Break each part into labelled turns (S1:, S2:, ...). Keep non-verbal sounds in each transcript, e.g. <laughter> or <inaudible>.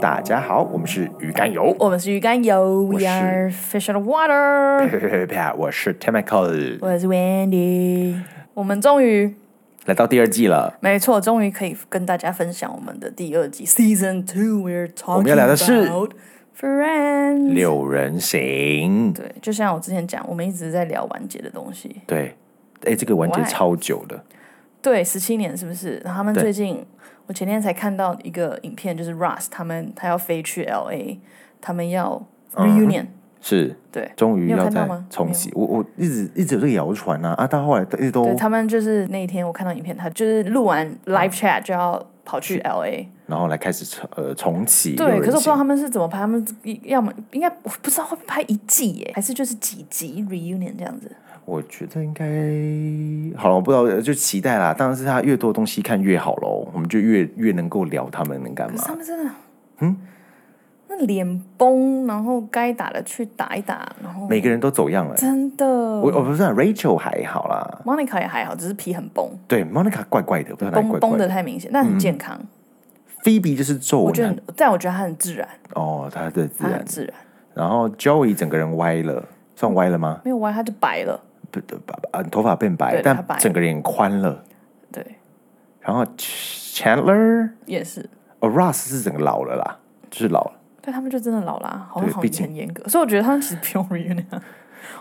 S1: 大家好，我们是鱼肝油，
S2: 我们是鱼肝油
S1: 我
S2: ，We
S1: 是
S2: are fish out of water。
S1: <laughs> 呸呸呸呸啊！我是 Timical，
S2: 我是 Wendy，我们终于，
S1: 来到第二季了。
S2: 没错，终于可以跟大家分享我们的第二集 Season Two。We're talking
S1: 我们要聊的是
S2: about friends。
S1: 六人行，
S2: 对，就像我之前讲，我们一直在聊完结的东西。
S1: 对，哎，这个完结
S2: Why？
S1: 超久的，
S2: 对，十七年是不是？然后他们
S1: 对
S2: 最近，我前天才看到一个影片，就是 Russ 他们他要飞去 L A，他们要 reunion、
S1: 是
S2: 对
S1: 终于
S2: 你有
S1: 要
S2: 看到
S1: 再
S2: 吗
S1: 重启。我我一直一直有这个谣传啊，啊，到后来一直
S2: 对，
S1: 都，
S2: 他们就是那一天我看到影片，他就是录完
S1: 哦
S2: live chat 就要跑去 L A。
S1: 然后来开始重呃重启六
S2: 对，可是
S1: 人
S2: 我不知道
S1: 行。
S2: 他们是怎么拍，他们要么应该我不知道会不会拍一季耶，还是就是几集 reunion 这样子。
S1: 我觉得应该好了，我不知道就期待啦。当然是他越多东西看越好喽，我们就越越能够聊他们能干
S2: 可是
S1: 嘛
S2: 他。们真的，嗯，那脸崩，然后该打的去打一打，然后
S1: 每个人都走样了、
S2: 真的
S1: 我我不是、啊、Rachel 还好啦，
S2: ，Monica 也还好，只是皮很崩，
S1: 对 Monica 怪怪的，不知道嗯哪里
S2: 崩
S1: 怪
S2: 崩
S1: 怪
S2: 的。太明显，但很健康。
S1: Phoebe 就是皱
S2: 我觉得
S1: 男
S2: 很，但我觉得他很自然，
S1: 哦，他的自
S2: 他
S1: 然
S2: 很。自然，
S1: 然后 Joey 整个人歪了，算歪了吗？
S2: 没有歪，他就白了。
S1: 不，不不啊，头发变白，
S2: 对他
S1: 但
S2: 白了
S1: 整个人宽了。
S2: 对，
S1: 然后 Chandler
S2: 也是，
S1: 哦 Ross 是整个老了啦，就是老了。
S2: 对他们就真的老啦，好像
S1: 对
S2: 好
S1: 毕
S2: 像
S1: 竟
S2: 很严格，所以我觉得他们其实不用
S1: <laughs>
S2: reunion，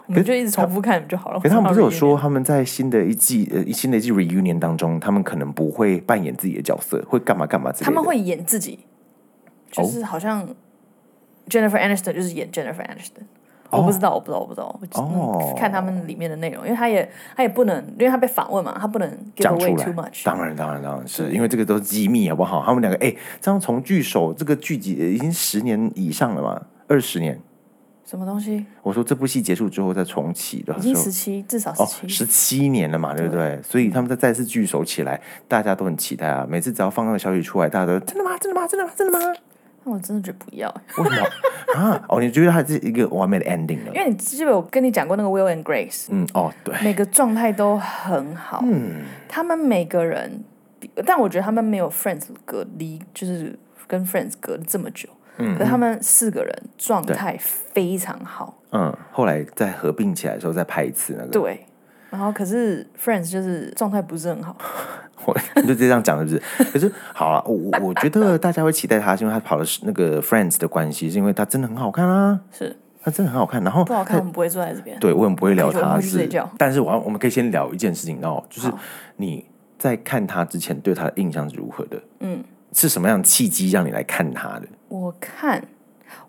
S2: 我们就一直重复看就好了。
S1: 可是他们不是有
S2: 要 reunion
S1: 说他们在新的一季呃新的一季 reunion 当中，他们可能不会扮演自己的角色，会干嘛干嘛之类的。
S2: 他们会演自己，
S1: 哦
S2: 就是好像 Jennifer Aniston 就是演 Jennifer Aniston。我不知道，我不知道，我不知道。我只
S1: 哦
S2: 嗯看他们里面的内容，因为他也他也不能，因为他被访问嘛，他不能 give
S1: 讲
S2: away
S1: 出来
S2: too much。
S1: 当然，当然，当然是因为这个都是机密，好不好？他们两个哎、这样从剧首这个剧集呃已经十年以上了嘛，二十年。
S2: 什么东西？
S1: 我说这部戏结束之后再重启的时
S2: 已经
S1: 候，
S2: 十七，至少
S1: 哦，
S2: 十七。
S1: 十七年了嘛，对不对？所以他们再再次聚首起来，大家都很期待啊。每次只要放那个消息出来，大家都真的吗？真的吗？真的吗？真的吗？
S2: 那我真的觉得不要，
S1: 为什么啊？哦，你觉得它是一个完美的 ending 了
S2: 因？为你记不记得我跟你讲过那个 Will and Grace，
S1: 嗯，哦，对，
S2: 每个状态都很好。他们每个人，但我觉得他们没有 Friends 隔离，就是跟 Friends 隔了这么久。可是他们四个人状态非常好，
S1: 嗯，后来再合并起来的时候再拍一次那个，
S2: 对。然后可是 Friends 就是状态不是很 <laughs> 好，
S1: 我你就直接这样讲是不是？ <laughs> 可是好了，我我我觉得大家会期待他，是因为他跑的是那个 Friends 的关系，是因为他真的很好看啊，
S2: 是
S1: 他真的很好看。然后
S2: 不好看，我们不会坐在这边。
S1: 对我很不会聊
S2: 我
S1: 他
S2: 们去睡
S1: 是
S2: 觉，
S1: 但是我要我们可以先聊一件事情哦，就是
S2: 好
S1: 你在看他之前对他的印象是如何的？嗯，是什么样的契机让你来看他的？
S2: 我看，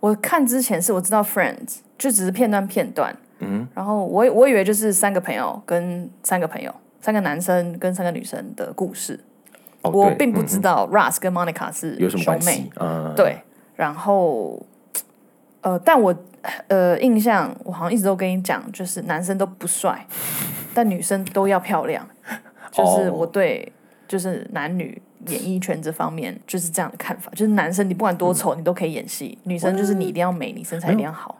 S2: 我看之前是我知道 Friends，就只是片段片段。嗯，然后我我以为就是三个朋友跟三个朋友，三个男生跟三个女生的故事。
S1: 哦，
S2: 我
S1: 对
S2: 并不
S1: 嗯
S2: 知道 Russ 跟 Monica 是
S1: 有什么
S2: 兄
S1: 关
S2: 妹
S1: 系，，嗯，
S2: 对，然后呃，但我呃印象我好像一直都跟你讲，就是男生都不帅，但女生都要漂亮，就是
S1: 哦
S2: 我对就是男女。演艺圈这方面就是这样的看法，就是男生你不管多
S1: 嗯
S2: 丑，你都可以演戏；女生就是你一定要美，你身材一定要好。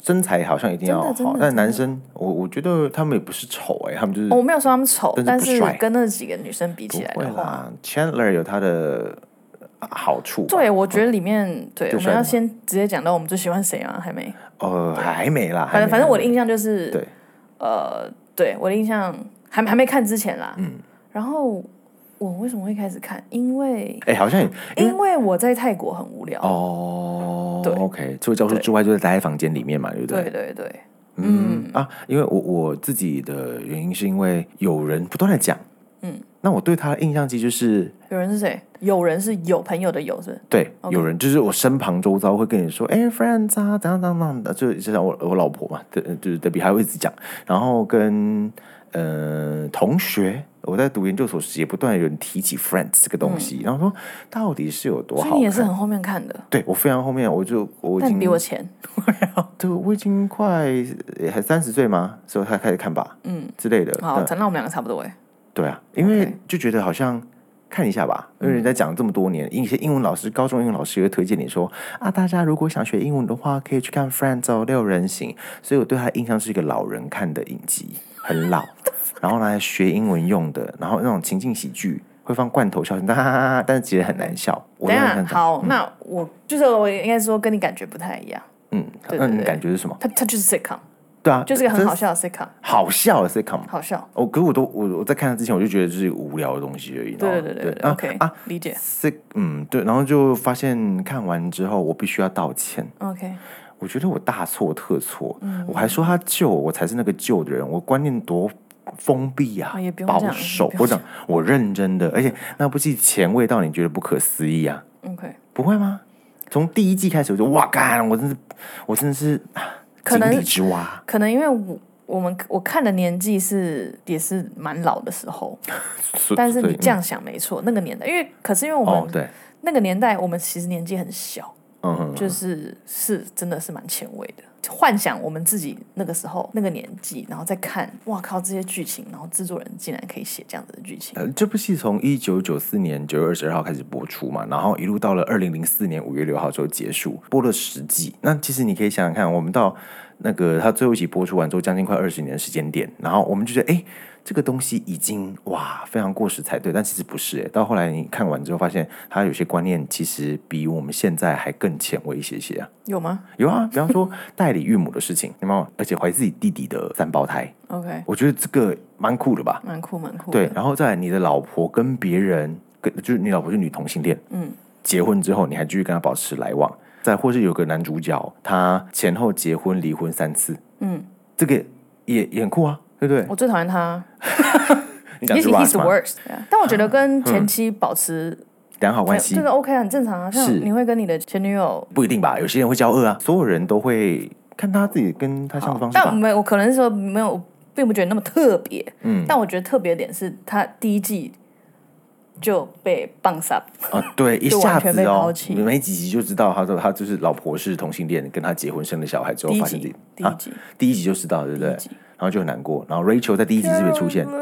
S1: 身材好像一定要
S2: 真的真
S1: 好，
S2: 的
S1: 但男生我我觉得他们也不是丑哎、他们就是
S2: 哦我没有说他们丑，
S1: 但
S2: 但
S1: 是不
S2: 是
S1: 帅
S2: 跟那几个女生比起来
S1: 不会
S2: 的话，
S1: 啦。Chandler 有他的好处吧，
S2: 对啊我觉得里面对
S1: 最
S2: 我
S1: 帅的
S2: 们要
S1: 嘛
S2: 先直接讲到我们最喜欢谁吗？还没。
S1: 呃，还没啦，
S2: 反
S1: 还
S2: 正
S1: 没
S2: 反正我的印象就是，
S1: 对，
S2: 呃，对我的印象还还没看之前啦，嗯，然后我为什么会开始看？因为
S1: 哎、好像也因为
S2: 因为我在泰国很无聊，
S1: 哦，
S2: 对
S1: ，OK，除了教书之外，就是待在房间里面嘛，对不对？
S2: 对对对，
S1: 嗯啊，因为我我自己的原因是因为有人不断的讲，嗯，那我对他的印象其实就是
S2: 有人是谁？有人是有朋友的有是不是
S1: 对有人就是我身旁周遭会跟你说，哎、f r i e n d s 啊，怎样怎样怎样的，就就像我我老婆嘛，对，就是德比还会一直讲，然后跟呃同学，我在读研究所时也不断有人提起 Friends 这个东西，然后说到底是有多
S2: 嗯所以
S1: 好
S2: 你也是
S1: 看。
S2: 很后面看的，
S1: 对我非常后面，我就我已
S2: 但你
S1: 经
S2: 比我前，
S1: 对，我已经快呃还三十岁嘛，所以才开始看吧，嗯之类的。
S2: 好，
S1: 对
S2: 那我们两个差不多哎，
S1: 对啊，因为就觉得好像看一下吧，
S2: 嗯
S1: 因为人家讲了这么多年，一些英文老师，高中英文老师也会推荐你说啊，大家如果想学英文的话，可以去看《Friends》哦，六人行。所以我对他的印象是一个老人看的影集，很
S2: <laughs>
S1: 老，然后拿来学英文用的，然后那种情境喜剧会放罐头笑声，哈哈哈哈，但是其实很难笑。我
S2: 等一
S1: 那
S2: 下
S1: 样看
S2: 好，那我就是我应该说跟你感觉不太一样。
S1: 嗯，
S2: 对
S1: 那
S2: 对
S1: 你
S2: 对
S1: 感觉是什么？
S2: 它它就是 sitcom，
S1: 对啊，
S2: 就是一个很
S1: 真
S2: 好笑的 sitcom，
S1: 好笑的 sitcom。
S2: 好笑。
S1: 哦，可是我都我我在看它之前我就觉得就是一个无聊的东西而已。
S2: 对
S1: 然后
S2: 对对对对
S1: 啊
S2: ，OK
S1: 啊
S2: 理解。
S1: ，sick，嗯，对，然后就发现看完之后我必须要道歉，
S2: OK，
S1: 我觉得我大错特错，
S2: 嗯
S1: 我还说他救我，我才是那个救的人，我观念多。封闭啊
S2: 啊也不，用
S1: 保
S2: 这样
S1: 守
S2: 也，不
S1: 我
S2: 用
S1: 讲，我认真的，而且那部戏前卫到你觉得不可思议啊，
S2: OK，
S1: 不会吗？从第一季开始我就哇干，我真是，我真的是啊
S2: 可能
S1: 井底之蛙，
S2: 可能因为我我们我看的年纪是也是蛮老的
S1: <laughs>
S2: 时候，
S1: 所
S2: 但是
S1: 所以
S2: 你这样想没错，那个年代，因为可是因为我
S1: 嗯
S2: 们、
S1: 哦对，
S2: 那个年代，我们其实年纪很小，
S1: 嗯哼，
S2: 就是是真的是蛮前卫的。幻想我们自己那个时候那个年纪，然后再看，哇靠，这些剧情，然后制作人竟然可以写这样子的剧情，
S1: 呃，这部戏从一九九四年九月二十二号开始播出嘛，然后一路到了二零零四年五月六号之后结束，播了十季。那其实你可以想想看，我们到那个它最后一集播出完之后，将近快二十年的时间点，然后我们就觉得，哎，这个东西已经哇非常过时才对，但其实不是哎。到后来你看完之后，发现它有些观念其实比我们现在还更前卫一些些啊。
S2: 有吗
S1: 有啊，比方说代理孕母的事情，有没有？而且怀自己弟弟的三胞胎，
S2: ？OK，
S1: 我觉得这个蛮酷的吧。
S2: 蛮酷蛮酷的。
S1: 对，然后再来你的老婆跟别人，跟就是你老婆是女同性恋，嗯，结婚之后你还继续跟她保持来往，再或是有个男主角他前后结婚离婚三次，
S2: 嗯，
S1: 这个也也很酷啊，对不对？
S2: 我最讨厌他
S1: 你讲
S2: ，He's
S1: 是
S2: he's the
S1: 吧？
S2: worst 对啊。但我觉
S1: <laughs>
S2: 得跟前妻保持
S1: 良好嗯关系
S2: 这个 OK 啊很正常啊，像
S1: 是
S2: 你会跟你的前女友。
S1: 不一定吧？有些人会交恶啊，所有人都会看他自己跟他相处方式
S2: 但我
S1: 吧。
S2: 没有，我可能是说没有，并不觉得那么特别。嗯，但我觉得特别的点是，他第一季就被 bounce up，
S1: 啊，
S2: <laughs>
S1: 对，一
S2: 就
S1: 下
S2: 完全
S1: 子
S2: 被
S1: 哦
S2: 抛，弃
S1: 你没几集就知道他说他就是老婆是同性恋，跟他结婚生了小孩之后
S2: 第一
S1: 发现自
S2: 集
S1: 己，
S2: 第一
S1: 啊，
S2: 集，
S1: 第一集就知道，对不对？
S2: 集
S1: 然后就很难过。然后 Rachel 在第一集是不是也出现？
S2: <laughs>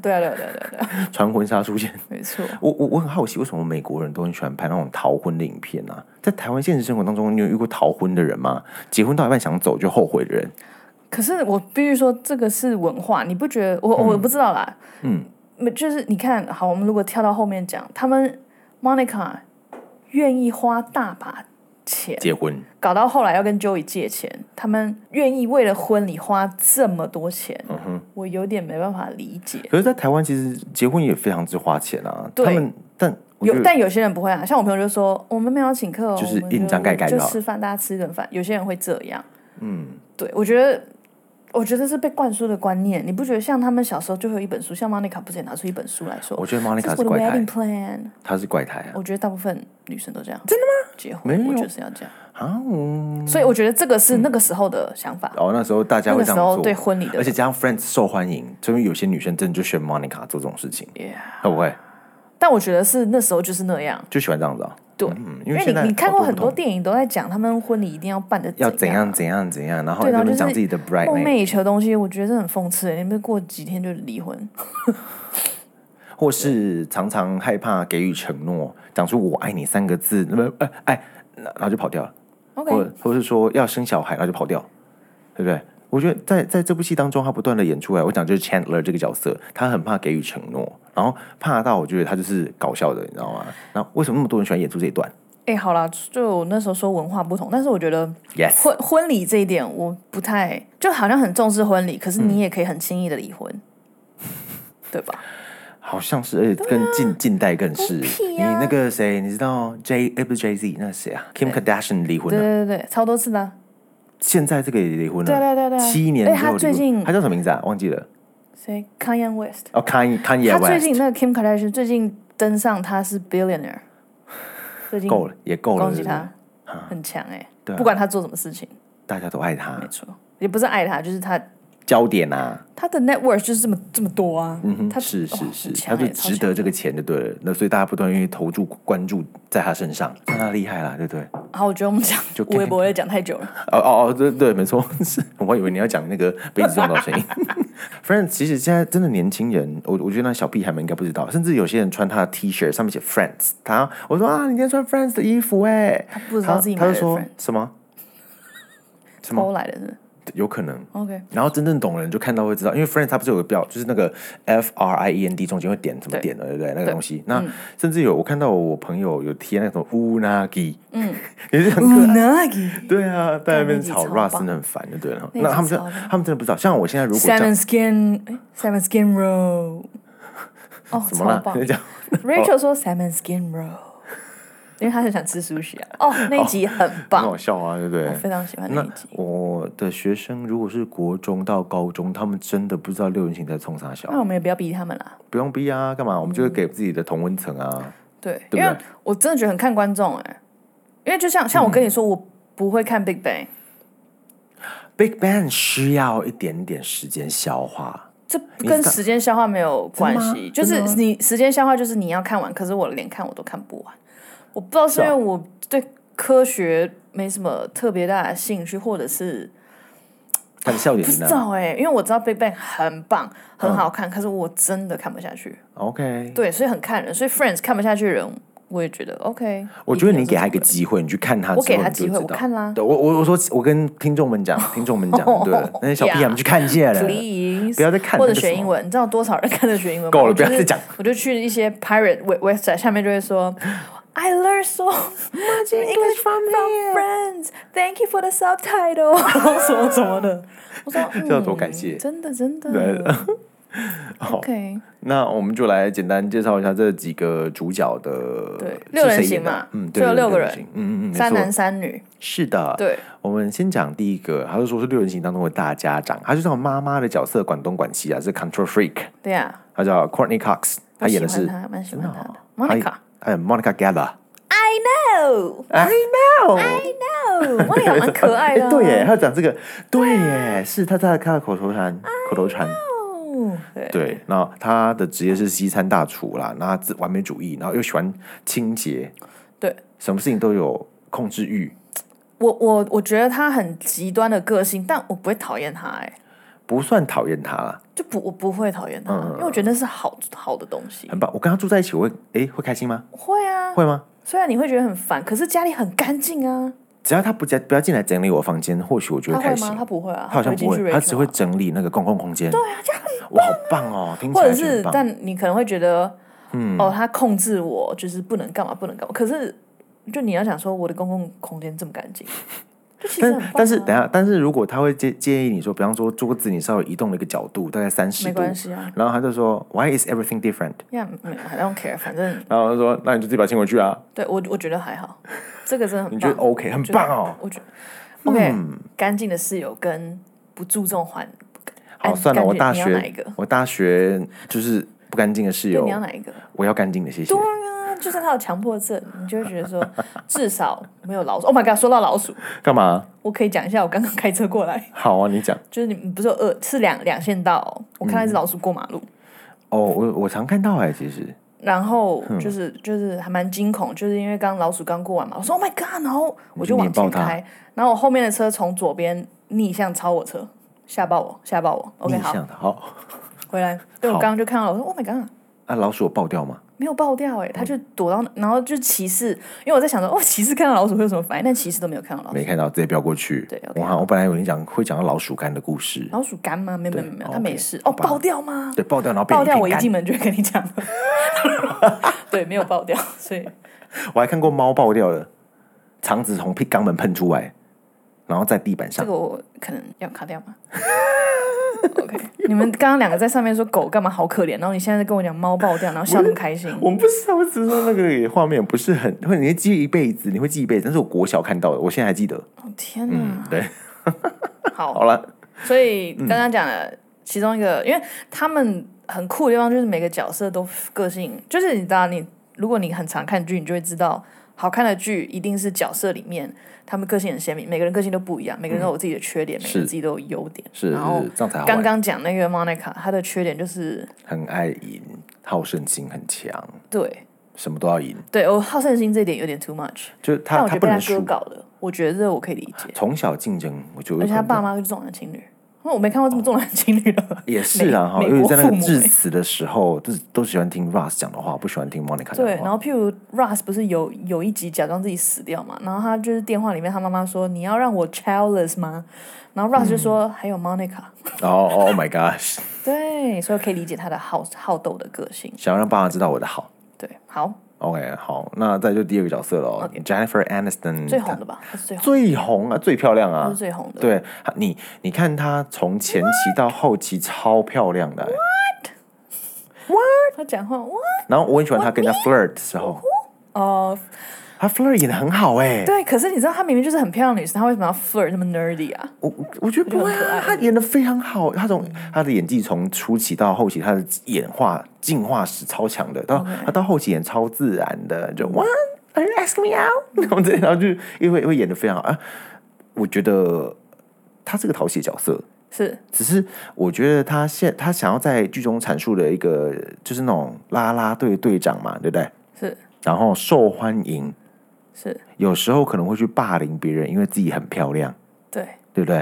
S2: 对啊，对啊，对啊，对啊对啊，
S1: 穿婚纱出现。 <laughs>
S2: 没错。
S1: 我我我很好奇，为什么美国人都很喜欢拍那种逃婚的影片啊？在台湾现实生活当中，你有遇过逃婚的人吗？结婚到一半想走就后悔的人？
S2: 可是我必须说，这个是文化，你不觉得？我我不知道啦，
S1: 嗯，
S2: 就是你看，好，我们如果跳到后面讲，他们 Monica 愿意花大把钱。
S1: 结婚
S2: 搞到后来要跟 Joey 借钱，他们愿意为了婚礼花这么多钱，
S1: 嗯
S2: 我有点没办法理解。
S1: 可是，在台湾其实结婚也非常之花钱啊。
S2: 对
S1: 他们但我觉
S2: 有，
S1: 得
S2: 但有些人不会啊，像我朋友就说，我们没有要请客哦，
S1: 就是
S2: 我们
S1: 印章盖盖就
S2: 就
S1: 好
S2: 吃饭，大家吃一顿饭。有些人会这样，嗯，对，我觉得。我觉得是被灌输的观念，你不觉得像他们小时候就会有一本书，像 Monica 不是也拿出一本书来说，
S1: 我觉得
S2: 这
S1: 哦 Monica
S2: 是
S1: 是
S2: 我
S1: 怪
S2: 的 wedding
S1: 胎，
S2: plan。
S1: 她是怪胎啊
S2: 我觉得大部分女生都这样，真的吗？结
S1: 没
S2: 婚
S1: 有
S2: 我就是要这样，
S1: 啊！嗯
S2: 所以我觉得这个是那个时候的想法，
S1: 然哦后那时候大家
S2: 那
S1: 会
S2: 个
S1: 这
S2: 时
S1: 样
S2: 候
S1: 做，
S2: 对婚礼的
S1: 而且加上 Friends 受欢迎，所以有些女生真的就选 Monica 做这种事情，会不会
S2: 但我觉得是那时候就是那样，
S1: 就喜欢这样子啊？
S2: 对，
S1: 嗯，因
S2: 因
S1: 为
S2: 为
S1: 现在
S2: 你你看过很
S1: 不
S2: 多
S1: 同
S2: 电影都在讲他们婚礼一定要办的
S1: 要怎
S2: 样
S1: 样怎样怎样，然后
S2: 对
S1: 在那
S2: 然后
S1: 边
S2: 就是
S1: 讲自己的 bride
S2: 梦
S1: name
S2: 寐以求的东西，我觉得这很讽刺。欸你们过几天就离婚，
S1: 或是常常害怕给予承诺，讲出“我爱你”三个字，那么呃哎，然后就跑掉了，
S2: OK，
S1: 或或是说要生小孩，然后就跑掉，对不对？我觉得在在这部戏当中，他不断的演出来，我讲就是 Chandler 这个角色，他很怕给予承诺，然后怕到我觉得他就是搞笑的，你知道吗？那为什么那么多人喜欢演出这一段
S2: 哎、好啦，就我那时候说文化不同，但是我觉得
S1: ？Yes，
S2: 婚婚礼这一点我不太，就好像很重视婚礼，可是
S1: 嗯
S2: 你也可以很轻易的离婚，
S1: <laughs>
S2: 对吧？
S1: 好像是，而且
S2: 啊
S1: 更近、近代更是。
S2: 屁
S1: 你
S2: 呀
S1: 那个谁，你知道 J 哎不是 Jay Z 那谁啊？Kim Kardashian 离婚
S2: 对
S1: 了，
S2: 对对对，超多次的啊、
S1: 现在这个也离婚
S2: 对
S1: 了，
S2: 对对对啊，
S1: 七年
S2: 哎
S1: 之
S2: 他
S1: 后离
S2: 最
S1: 婚
S2: 近
S1: 他叫什么名字啊？忘记了。
S2: 谁？Kanye West，
S1: 哦，Kanye Kanye
S2: 他最
S1: West
S2: 近那个 Kim Kardashian 最近登上他是 billionaire，最近
S1: 够了，也够了，
S2: 恭喜
S1: 对不
S2: 他
S1: 对，
S2: 很强哎、
S1: 对啊啊
S2: 不管他做什么事情，
S1: 大家都爱他
S2: 没，错，也不是爱他，就是他
S1: 焦点啊，
S2: 他的 net worth 就是这么这么多啊，
S1: 嗯哼，
S2: 他
S1: 是
S2: 哇
S1: 是是，他
S2: 很强
S1: 就
S2: 欸
S1: 值得这个钱就对了，那所以大家不断愿意投注关注在他身上，那他厉害啦，对不对？
S2: 好，我觉得我们讲
S1: 就
S2: 微博也讲太久了，
S1: 哦哦哦，对对，没错，是我以为你要讲那个杯子撞到声音。Friends，其实现在真的年轻人，我我觉得那小屁孩们应该不知道，甚至有些人穿他的 T 恤上面写 Friends，他我说啊，你今天穿 Friends 的衣服哎、
S2: 不知道
S1: 他
S2: 自己
S1: 他
S2: 买
S1: 就
S2: 的
S1: 说
S2: friend
S1: 什么？什么
S2: 偷来的是不是
S1: 有可能。
S2: OK，
S1: 然后真正懂的人就看到会知道，因为 Friends 它不是有个标，就是那个 F R I E N D 中间会点什么
S2: 对
S1: 点的，对不对？那个
S2: 对嗯
S1: 东西。那甚至有我看到我朋友有贴那种 unagi，嗯， <laughs> 也是很可爱。
S2: Unagi
S1: 对啊，在那边
S2: 那集
S1: 炒
S2: 超
S1: Rust
S2: 棒
S1: 真的很烦，就对了。
S2: 那
S1: 那
S2: 集
S1: 他们就
S2: 超棒
S1: 他们真的不知道，像我现在如果这样
S2: salmon skin 哎 salmon skin
S1: <laughs>
S2: roll，哦，
S1: 怎么
S2: 超
S1: 了？<laughs>
S2: 棒
S1: 你讲
S2: ！Rachel 说 salmon skin roll，因为她很想吃 sushi 啊。哦，那一集很
S1: 很
S2: 棒
S1: 好，笑啊，对不
S2: 我
S1: 对？
S2: 非常喜欢那
S1: 那
S2: 一集。
S1: 我的学生如果是国中到高中，他们真的不知道六人行在冲啥小
S2: 那，我们也不要逼他们啦，
S1: 不用逼啊，干嘛？我们就是给自己的同温层啊。
S2: 对，
S1: 对不
S2: 因为
S1: 对
S2: 我真的觉得很看观众哎、因为就像
S1: 嗯
S2: 像我跟你说，我不会看 Big Bang，
S1: Big Bang 需要一点点时间消化，
S2: 这
S1: 你
S2: 跟
S1: 知道
S2: 时间消化没有关系，就
S1: 真的
S2: 是
S1: 吗
S2: 你时间消化就是你要看完，可是我连看我都看不完，我不知道是因
S1: 是
S2: 为
S1: 啊
S2: 我对科学没什么特别大的兴趣，或者是
S1: 它的笑啊嗯点
S2: 不
S1: 在
S2: 知
S1: 哪
S2: 道哎、因为我知道 Big Bang 很棒，很好看，可是我真的看不下去，
S1: ？OK，
S2: 对，所以很看人，所以 Friends 看不下去的人，我也觉得 OK，
S1: 我觉得你
S2: 一定
S1: 给
S2: 有
S1: 他
S2: 这
S1: 一个
S2: 种人
S1: 机会，你去看他之
S2: 我
S1: 后你就
S2: 给
S1: 知道，
S2: 他机会，我看啦哦
S1: 对我我我说我跟听众们
S2: <laughs>
S1: 讲，听众们讲，对了，那些小屁孩们去看一下了，
S2: ，please，
S1: 不要再看
S2: 或
S1: 那
S2: 者
S1: 个
S2: 学
S1: 什
S2: 英
S1: 么
S2: 文，你知道多少人看着学英文吗？
S1: 够了
S2: 我
S1: 不
S2: 就
S1: 要
S2: 是
S1: 再讲。
S2: 我就去一些 pirate we- website 下面就会说，I learned so much English from friends. Thank you for the subtitle，什 <laughs> 么什么的。我说，
S1: <laughs> 这要
S2: 嗯，
S1: 多感谢。
S2: 真的真
S1: 对 <laughs> 哦
S2: 的。OK，
S1: 那我们就来简单介绍一下这几个主角的，
S2: 对
S1: 是
S2: 六人
S1: 谁
S2: 行
S1: 演的
S2: 嘛
S1: 嗯，
S2: 就
S1: 对
S2: 有六个人
S1: 行嗯嗯嗯，没
S2: 三
S1: 错
S2: 男三女，
S1: 是的，
S2: 对。
S1: 我们先讲第一个，他就说是六人行当中的大家长，他就是我妈妈的角色，管东管西啊，是 control freak，
S2: 对呀，
S1: 他叫 Courtney Cox，
S2: 我
S1: 他演的
S2: 喜
S1: 是
S2: 欢她蛮喜
S1: 真的
S2: 欢
S1: 哦
S2: 她的 Monica
S1: 她还有 Monica Geller。
S2: 哦
S1: I know，
S2: 哦，Monica 蛮可爱的
S1: <laughs>
S2: 啊。
S1: 对耶，他讲这个，对啊耶，是他在他的口头禅，口头禅。
S2: 哦，对，
S1: 对，那他的职业是西餐大厨啦，那他自完美主义，然后又喜欢清洁，
S2: 对，
S1: 什么事情都有控制欲，
S2: 我我我觉得她很极端的个性，但我不会讨厌她哎。
S1: 不算讨厌他啦，
S2: 就不我不会讨厌他，因为我觉得那是好好的东西。
S1: 嗯很棒。我跟他住在一起，我会诶会开心吗？
S2: 会啊，
S1: 会吗？
S2: 虽然你会觉得很烦，可是家里很干净啊。
S1: 只要他不加不要进来整理我房间，或许我就
S2: 他
S1: 开
S2: 会
S1: 心
S2: 吗？。他不会啊，
S1: 他好像
S2: 不
S1: 不
S2: 进去
S1: 会，他
S2: Rachel
S1: 只会
S2: 啊
S1: 整理那个公共空间。对啊，这样哇，好棒哦！听起
S2: 或
S1: 来
S2: 者
S1: 就很
S2: 是，
S1: 棒嗯
S2: 但你可能会觉得，哦，他控制我，就是不能干嘛，不能干嘛。可是，就你要想说，我的公共空间这么干净，
S1: <laughs>
S2: 就其实很棒啊
S1: 但但是等一下，但是如果他会介介意你说，比方说桌子你稍微移动了一个角度，大概三十
S2: 没
S1: 度，
S2: 关系啊，
S1: 然后他就说 Why is everything different？
S2: 呀，没 I don't care，反正
S1: 然后他说那你就自己把它清回去啊，
S2: 对我我觉得还好，这个真的很
S1: 你
S2: 棒
S1: 觉得 OK 很棒哦。
S2: 我觉得 OK，干净的室友跟不注重环，
S1: 好，
S2: 哎
S1: 算了，
S2: 感觉
S1: 我大
S2: 你要哪一
S1: 学
S2: 个
S1: 我大学就是不干净的室
S2: 对，
S1: 友
S2: 你，要哪一个？
S1: 我要干净的，谢谢
S2: 对。啊，就算他有强迫症，你就会觉
S1: <laughs>
S2: 得说，至少没有老鼠。Oh my god！说到老鼠，
S1: 干嘛？
S2: 我可以讲一下，我刚刚开车过来，
S1: 好啊，你讲。
S2: 就是你们不是有二是两两线道哦、我看到一
S1: 嗯
S2: 只老鼠过马路，
S1: 哦，我我常看到哎，其实
S2: 然后就是就是还蛮惊恐，就是因为刚老鼠刚过完嘛，我说 Oh my god！然后我就往前
S1: 你就碾
S2: 开，然后我后面的车从左边逆向超我车，吓爆我，吓爆我。OK，
S1: 逆
S2: 好，
S1: 向的。好
S2: 回来，对我
S1: 好
S2: 刚刚就看到了，我说 Oh my god！
S1: 啊，老鼠有爆掉吗？
S2: 没有爆掉哎、欸，
S1: 嗯
S2: 他就躲到，然后就骑士，因为我在想说，哦，骑士看到老鼠会有什么反应，但骑士都没有看到老鼠。
S1: 没看到，直接飙过去。
S2: 哦对，OK，哦
S1: 我好，我本来以为你讲会讲到老鼠干的故事，
S2: 老鼠干吗？没有没有没有，
S1: 哦
S2: 它
S1: OK，
S2: 没事。哦，
S1: 好吧
S2: 爆掉吗？
S1: 对，爆掉然后变
S2: 爆掉！
S1: 一
S2: 我
S1: 片
S2: 一
S1: 干
S2: 进门就会跟你讲了。 <laughs> 对，没有爆掉，所以
S1: 我还看过猫爆掉了，肠子从屁肛门喷出来，然后在地板
S2: 这
S1: 上。
S2: 个我可能要卡掉嘛。OK，
S1: <laughs>
S2: 你们刚刚两个在上面说狗干嘛好可怜，然后你现在跟我讲猫爆掉，然后笑那么开心。
S1: 我们不是，我只是说那个画面不是很，会你会记一辈子，你会记一辈子。但是我国小看到的，我现在还记得。
S2: 哦天哪！
S1: 对，
S2: 好
S1: 好，了，
S2: 所以
S1: 嗯
S2: 刚刚讲的其中一个，因为他们很酷的地方就是每个角色都个性，就是你知道你，如果你很常看剧，你就会知道，好看的剧一定是角色里面他们个性很鲜明，每个人个性都不一样，每个人都有自己的缺点，每个人
S1: 嗯是
S2: 自己都有优点。
S1: 是
S2: 然后
S1: 是这样才好玩。
S2: 刚刚讲那个 Monica，她的缺点就是
S1: 很爱赢，好胜心很强，
S2: 对
S1: 什么都要赢。
S2: 对，我好胜心这一点有点 too much，
S1: 就是
S2: 但
S1: 他
S2: 我
S1: 他
S2: 觉得
S1: 不
S2: 被
S1: 能
S2: 他哥
S1: 输，
S2: 搞的，我觉得这我可以理解，
S1: 从小竞争，我就
S2: 而且
S1: 可
S2: 他
S1: 能
S2: 爸妈就是重男轻女，我没看过这么重男轻女的，
S1: 也是啊，哈，
S2: 美
S1: 因
S2: 美
S1: 为
S2: 国
S1: 在那
S2: 父
S1: 个
S2: 母
S1: 致
S2: 欸
S1: 辞的时候，就是都喜欢听 Russ 讲的话，不喜欢听 Monica 讲
S2: 对，
S1: 的
S2: 然
S1: 话。
S2: 后譬如 Russ 不是有有一集假装自己死掉嘛，然后他就是电话里面他妈妈说你要让我 childless 吗？然后 Russ 就说、还有 Monica，
S1: 然后 Oh my gosh，
S2: 对，所以我可以理解他的好好斗的个性。
S1: 想要让爸爸知道我的好。
S2: 对，好，
S1: OK，好，那再就第二个角色喽
S2: OK
S1: ，Jennifer Aniston，
S2: 最红的吧，他是最红，
S1: 最红啊，最漂亮
S2: 他
S1: 啊
S2: 是，最红的。
S1: 嗯对，她你你看她从前期到后期超漂亮的欸、
S2: 他讲话哇
S1: 然后我很喜欢她跟人家 flirt 的时候，嗯
S2: 哦、
S1: 她 flirt 演的很好哎、
S2: 对，可是你知道她明明就是很漂亮的女生，她为什么要 flirt 这么 nerdy 啊？
S1: 我我我觉得不会
S2: 我觉得很
S1: 啊，她演的非常好，她从她的演技从初期到后期，她的演化进化史超强的，到
S2: OK
S1: 她到后期演超自然的，就 What are you asking me out？然后 <laughs> 这然后就因为会演的非常好啊，我觉得她是个讨喜的角色，
S2: 是
S1: 只是我觉得他现他想要在剧中阐述的一个就是那种啦啦队队长嘛，对不对？
S2: 是
S1: 然后受欢迎，
S2: 是，
S1: 有时候可能会去霸凌别人，因为自己很漂亮，
S2: 对。
S1: 对不对？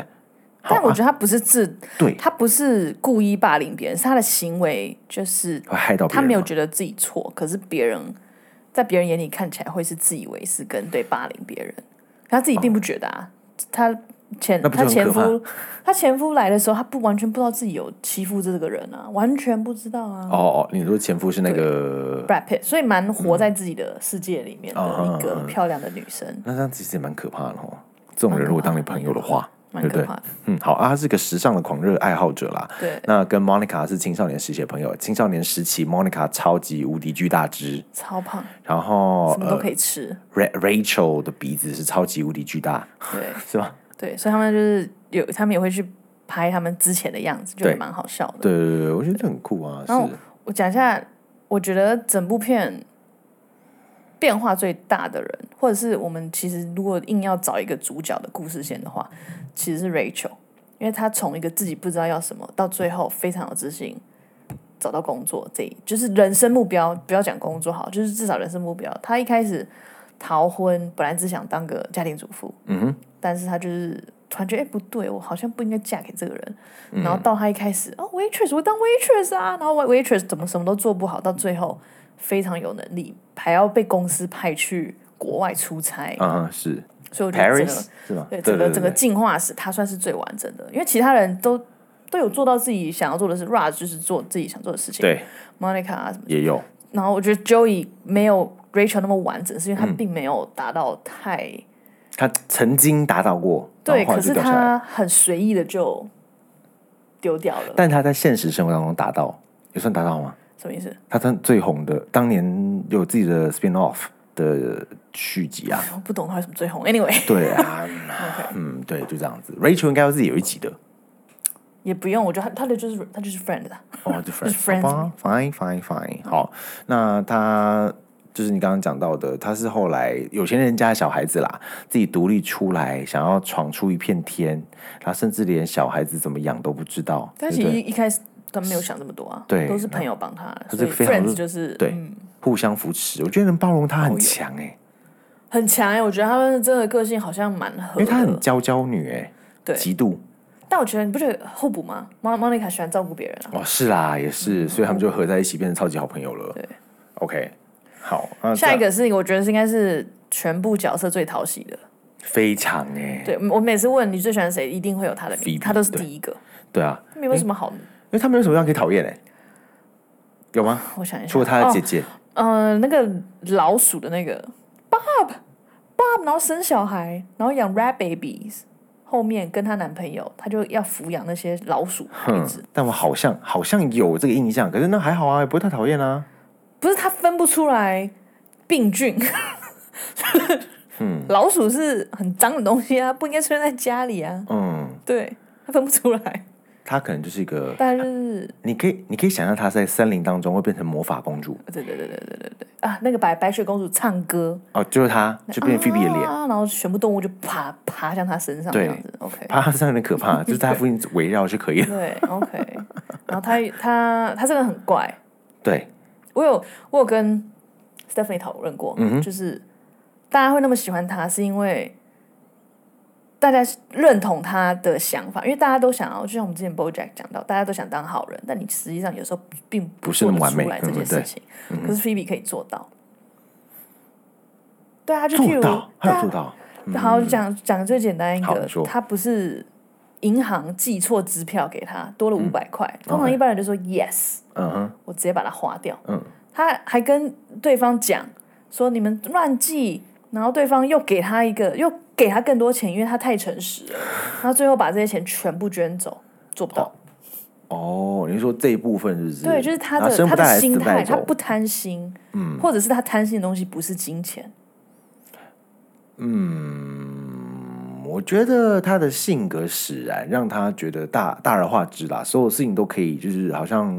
S1: 好
S2: 但我
S1: 啊，
S2: 觉得他不是自，
S1: 对，
S2: 他不是故意霸凌别人，是他的行为就是
S1: 会害哦到别
S2: 他
S1: 人嘛。
S2: 没有觉得自己错，可是别人在别人眼里看起来会是自以为是跟对霸凌别人，他自己并不觉得啊。他前
S1: 哦那不是
S2: 他
S1: 很
S2: 前
S1: 可怕
S2: 夫他前夫来的时候，他不完全不知道自己有欺负这个人啊，完全不知道啊。
S1: 哦哦，你说前夫是那个，
S2: Brad Pitt，所以蛮活在自己的世界里面
S1: 嗯
S2: 的一
S1: 啊
S2: 个漂亮的女生，
S1: 那这样其实也蛮可怕的哦。这种人如果当你朋友的话，
S2: 蛮
S1: 对不
S2: 可
S1: 对
S2: 怕？的。
S1: 嗯，好啊，他是个时尚的狂热爱好者啦。
S2: 对，
S1: 那跟 Monica 是青少年时期的朋友，青少年时期 Monica 超级无敌巨大只，
S2: 超胖，
S1: 然后
S2: 什么都可以吃。
S1: Ra- Rachel 的鼻子是超级无敌巨大， <laughs>
S2: 对
S1: 是吗？
S2: 对，所以他们就是有，他们也会去拍他们之前的样子，就
S1: 对
S2: 也蛮好笑的。
S1: 对对对对，我觉得这很酷啊！
S2: 然后
S1: 是
S2: 我讲一下，我觉得整部片变化最大的人，或者是我们其实如果硬要找一个主角的故事线的话，其实是 Rachel，因为她从一个自己不知道要什么，到最后非常有自信。找到工作，这一就是人生目标。不要讲工作好，就是至少人生目标。她一开始逃婚，本来只想当个家庭主妇，嗯哼，但是她就是突然觉得，哎、不对，我好像不应该嫁给这个人。然后到他一开始哦，waitress，我当 waitress 啊，然后 wait- waitress 怎么什么都做不好，到最后非常有能力，还要被公司派去国外出差，
S1: 啊，是
S2: 所以哎我觉得整个
S1: Paris 是吗？
S2: 对整个
S1: 对
S2: 整个进化史，他算是最完整的，因为其他人都都有做到自己想要做的事，Raj 就是做自己想做的事情
S1: 对
S2: ，Monica 啊什么，
S1: 也有
S2: 然后我觉得 Joey 没有 Rachel 那么完整，是因
S1: 嗯
S2: 为他并没有达到太、
S1: 他曾经打倒过，
S2: 对，
S1: 然后后
S2: 可
S1: 来
S2: 是
S1: 就掉下来了，
S2: 他很随意的就丢掉了，
S1: 但他在现实生活当中打到，有算打到吗？
S2: 什么意思？ <laughs>
S1: 他当最红的，当年有自己的 spin off 的续集啊，
S2: 我不懂他为什么最红，anyway。
S1: 对
S2: <laughs>
S1: 啊，嗯，对，就这样子。Rachel 应该要自己有一集的
S2: 也不用，我觉得他他的就是他就是 friend 啊的，
S1: 哦，就
S2: Friends
S1: friends，好吧，fine fine fine，好，那他就是你刚刚讲到的，他是后来有钱人家的小孩子啦，自己独立出来，想要闯出一片天，他甚至连小孩子怎么养都不知道，对
S2: 但
S1: 不
S2: 其实
S1: 对？
S2: 一一开始他没有想这么多啊，
S1: 对
S2: 都是朋友帮他，
S1: 是
S2: 所以
S1: 非常
S2: friends 就是
S1: 对
S2: 嗯
S1: 互相扶持，我觉得能包容他很强
S2: 哦
S1: 哎、
S2: 很强哎，我觉得他们真的个性好像蛮合
S1: 因为她很
S2: 的，
S1: 娇娇女哎、
S2: 对
S1: 极度
S2: 但我觉得你不觉得互补吗？Mon Monica 喜欢照顾别人啊，
S1: 哦，是啦，也是，所以他们就合在一起变成超级好朋友了。
S2: 嗯对
S1: ，OK，好，那
S2: 下一
S1: 这样
S2: 个是我觉得是应该是全部角色最讨喜的，
S1: 嗯非常哎、
S2: 对我每次问你最喜欢谁，一定会有他的名字，
S1: Phoebe，
S2: 他都是
S1: 对
S2: 第一个，
S1: 对啊，
S2: 没有什么好，
S1: 因为他们有什么样可以讨厌哎？有吗？
S2: 我想一下，
S1: 除了他的
S2: 哦
S1: 姐姐，
S2: 呃，那个老鼠的那个 Bob Bob，然后生小孩，然后养 rat babies，后面跟她男朋友，她就要抚养那些老鼠孩
S1: 嗯
S2: 子。，
S1: 但我好像好像有这个印象，可是那还好啊，也不会太讨厌啊。
S2: 不是她分不出来病菌，嗯，老鼠是很脏的东西啊，不应该出现在家里啊。
S1: 嗯，
S2: 对，她分不出来，
S1: 她可能就是一个，
S2: 但是
S1: 你可以你可以想象她在森林当中会变成魔法公主
S2: 对对对对对对对啊，那个白白雪公主唱歌，
S1: 哦，就是她就变菲比的脸，
S2: 啊，然后全部动物就爬爬向她身上这
S1: 对
S2: 样子。OK，
S1: 她真的很可
S2: <laughs>
S1: 怕，就是在她附近围绕就可以了。
S2: 对，OK。然后他他他真的很怪，
S1: 对，
S2: 我有我有跟
S1: 嗯
S2: Stephanie 讨论过，就是大家会那么喜欢他，是因为大家认同他的想法，因为大家都想要，就像我们之前 BoJack 讲到，大家都想当好人，但你实际上有时候并
S1: 不是
S2: 做
S1: 那
S2: 得
S1: 么完
S2: 出
S1: 美
S2: 来这
S1: 嗯
S2: 件
S1: 对
S2: 事情。可是 Phoebe 可以做到。对啊，就譬
S1: 做
S2: 如
S1: 到，他
S2: 对
S1: 有
S2: 啊
S1: 做到，
S2: 然后讲讲最简单一
S1: 好你
S2: 个
S1: 说，
S2: 他不是银行寄错支票给他，多了五百块。通
S1: 嗯
S2: 常
S1: OK
S2: 一般人就说 yes，
S1: 嗯哼，
S2: 我直接把它划掉。
S1: 嗯，
S2: 他还跟对方讲说你们乱寄，然后对方又给他一个，又给他更多钱，因为他太诚实
S1: <sighs>
S2: 了。然后最后把这些钱全部捐走，做不到。
S1: 哦，你说这一部分是不是？
S2: 对，就是他
S1: 然后
S2: 的
S1: 生
S2: 他
S1: 不带
S2: 的
S1: 来，
S2: 心
S1: 死带
S2: 态，他
S1: 走
S2: 不。贪心，嗯，或者是他贪心的东西不是金钱，
S1: 我觉得他的性格使然，让他觉得大大而化之啦，所有事情都可以，就是好像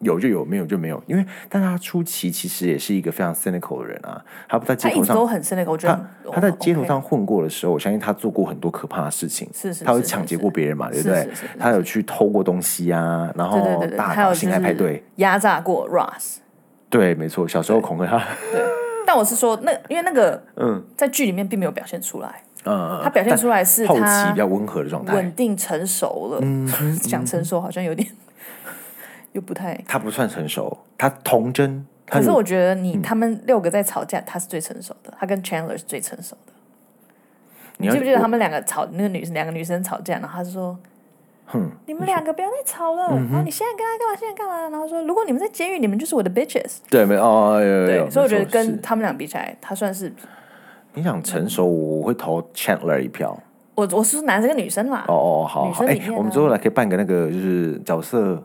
S1: 有就有，没有就没有。因为，但他初期其实也是一个非常 cynical 的人啊，他不在街
S2: 他一
S1: 头
S2: 直
S1: 上
S2: 都很 c y 我觉得
S1: 他
S2: 很
S1: 他在街头
S2: OK
S1: 上混过的时候，我相信他做过很多可怕的事情，
S2: 是是
S1: 他有
S2: 是是
S1: 抢劫
S2: 是
S1: 过别人嘛，对不
S2: 是
S1: 对
S2: 是是是？
S1: 他有去偷过东西啊，然
S2: 对
S1: 后
S2: 对对对，
S1: 大
S2: 还有
S1: 搞
S2: 就
S1: 性爱派
S2: 是
S1: 对，
S2: 压榨过 Ross，
S1: 对，没错，小时候恐吓他， <laughs>
S2: 对。但我是说，那因为那个
S1: 嗯
S2: 在剧里面并没有表现出来，
S1: 嗯，
S2: 他表现出来是
S1: 后期
S2: 他
S1: 比较温和的状态
S2: 稳，定成熟了。
S1: 嗯
S2: 讲成熟好像有
S1: <laughs>
S2: 点又不太，
S1: 他不算成熟，他童真，他
S2: 可是
S1: 有嗯
S2: 我觉得你他们六个在吵架，他是最成熟的，他跟 Chandler 是最成熟的。
S1: 你
S2: 你
S1: 要
S2: 记不记得
S1: 我
S2: 他们两个吵，那个女两个女生吵架，然后他就说：“你们两个不要再吵了。
S1: 嗯
S2: 然后你现在跟他干嘛？现在干嘛？然后说如果你们在监狱，你们就是我的 bitches。
S1: 对没哦，有有有
S2: 对，
S1: 没
S2: 所以我觉得
S1: 错
S2: 跟
S1: 是
S2: 他们俩比起来，他算是
S1: 你想成熟，我会投 Chandler 一票。
S2: 我我是说男生跟女生啦。
S1: 哦哦，好
S2: 女
S1: 好，
S2: 生
S1: 哎
S2: 里面，
S1: 我们
S2: 呢
S1: 之后来可以办个那个就是角色，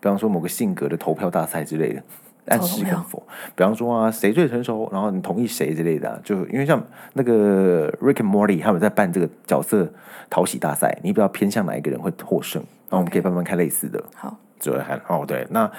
S1: 比方说某个性格的投票大赛之类的，暗
S2: 投
S1: 示
S2: 票
S1: 跟否。比方说啊，谁最成熟，然后你同意谁之类的啊、就因为像那个 Rick and Morty 他们在办这个角色讨喜大赛，你比较偏向哪一个人会获胜？然后我们可以慢慢看类似的。
S2: 好，
S1: 就会喊哦，对，那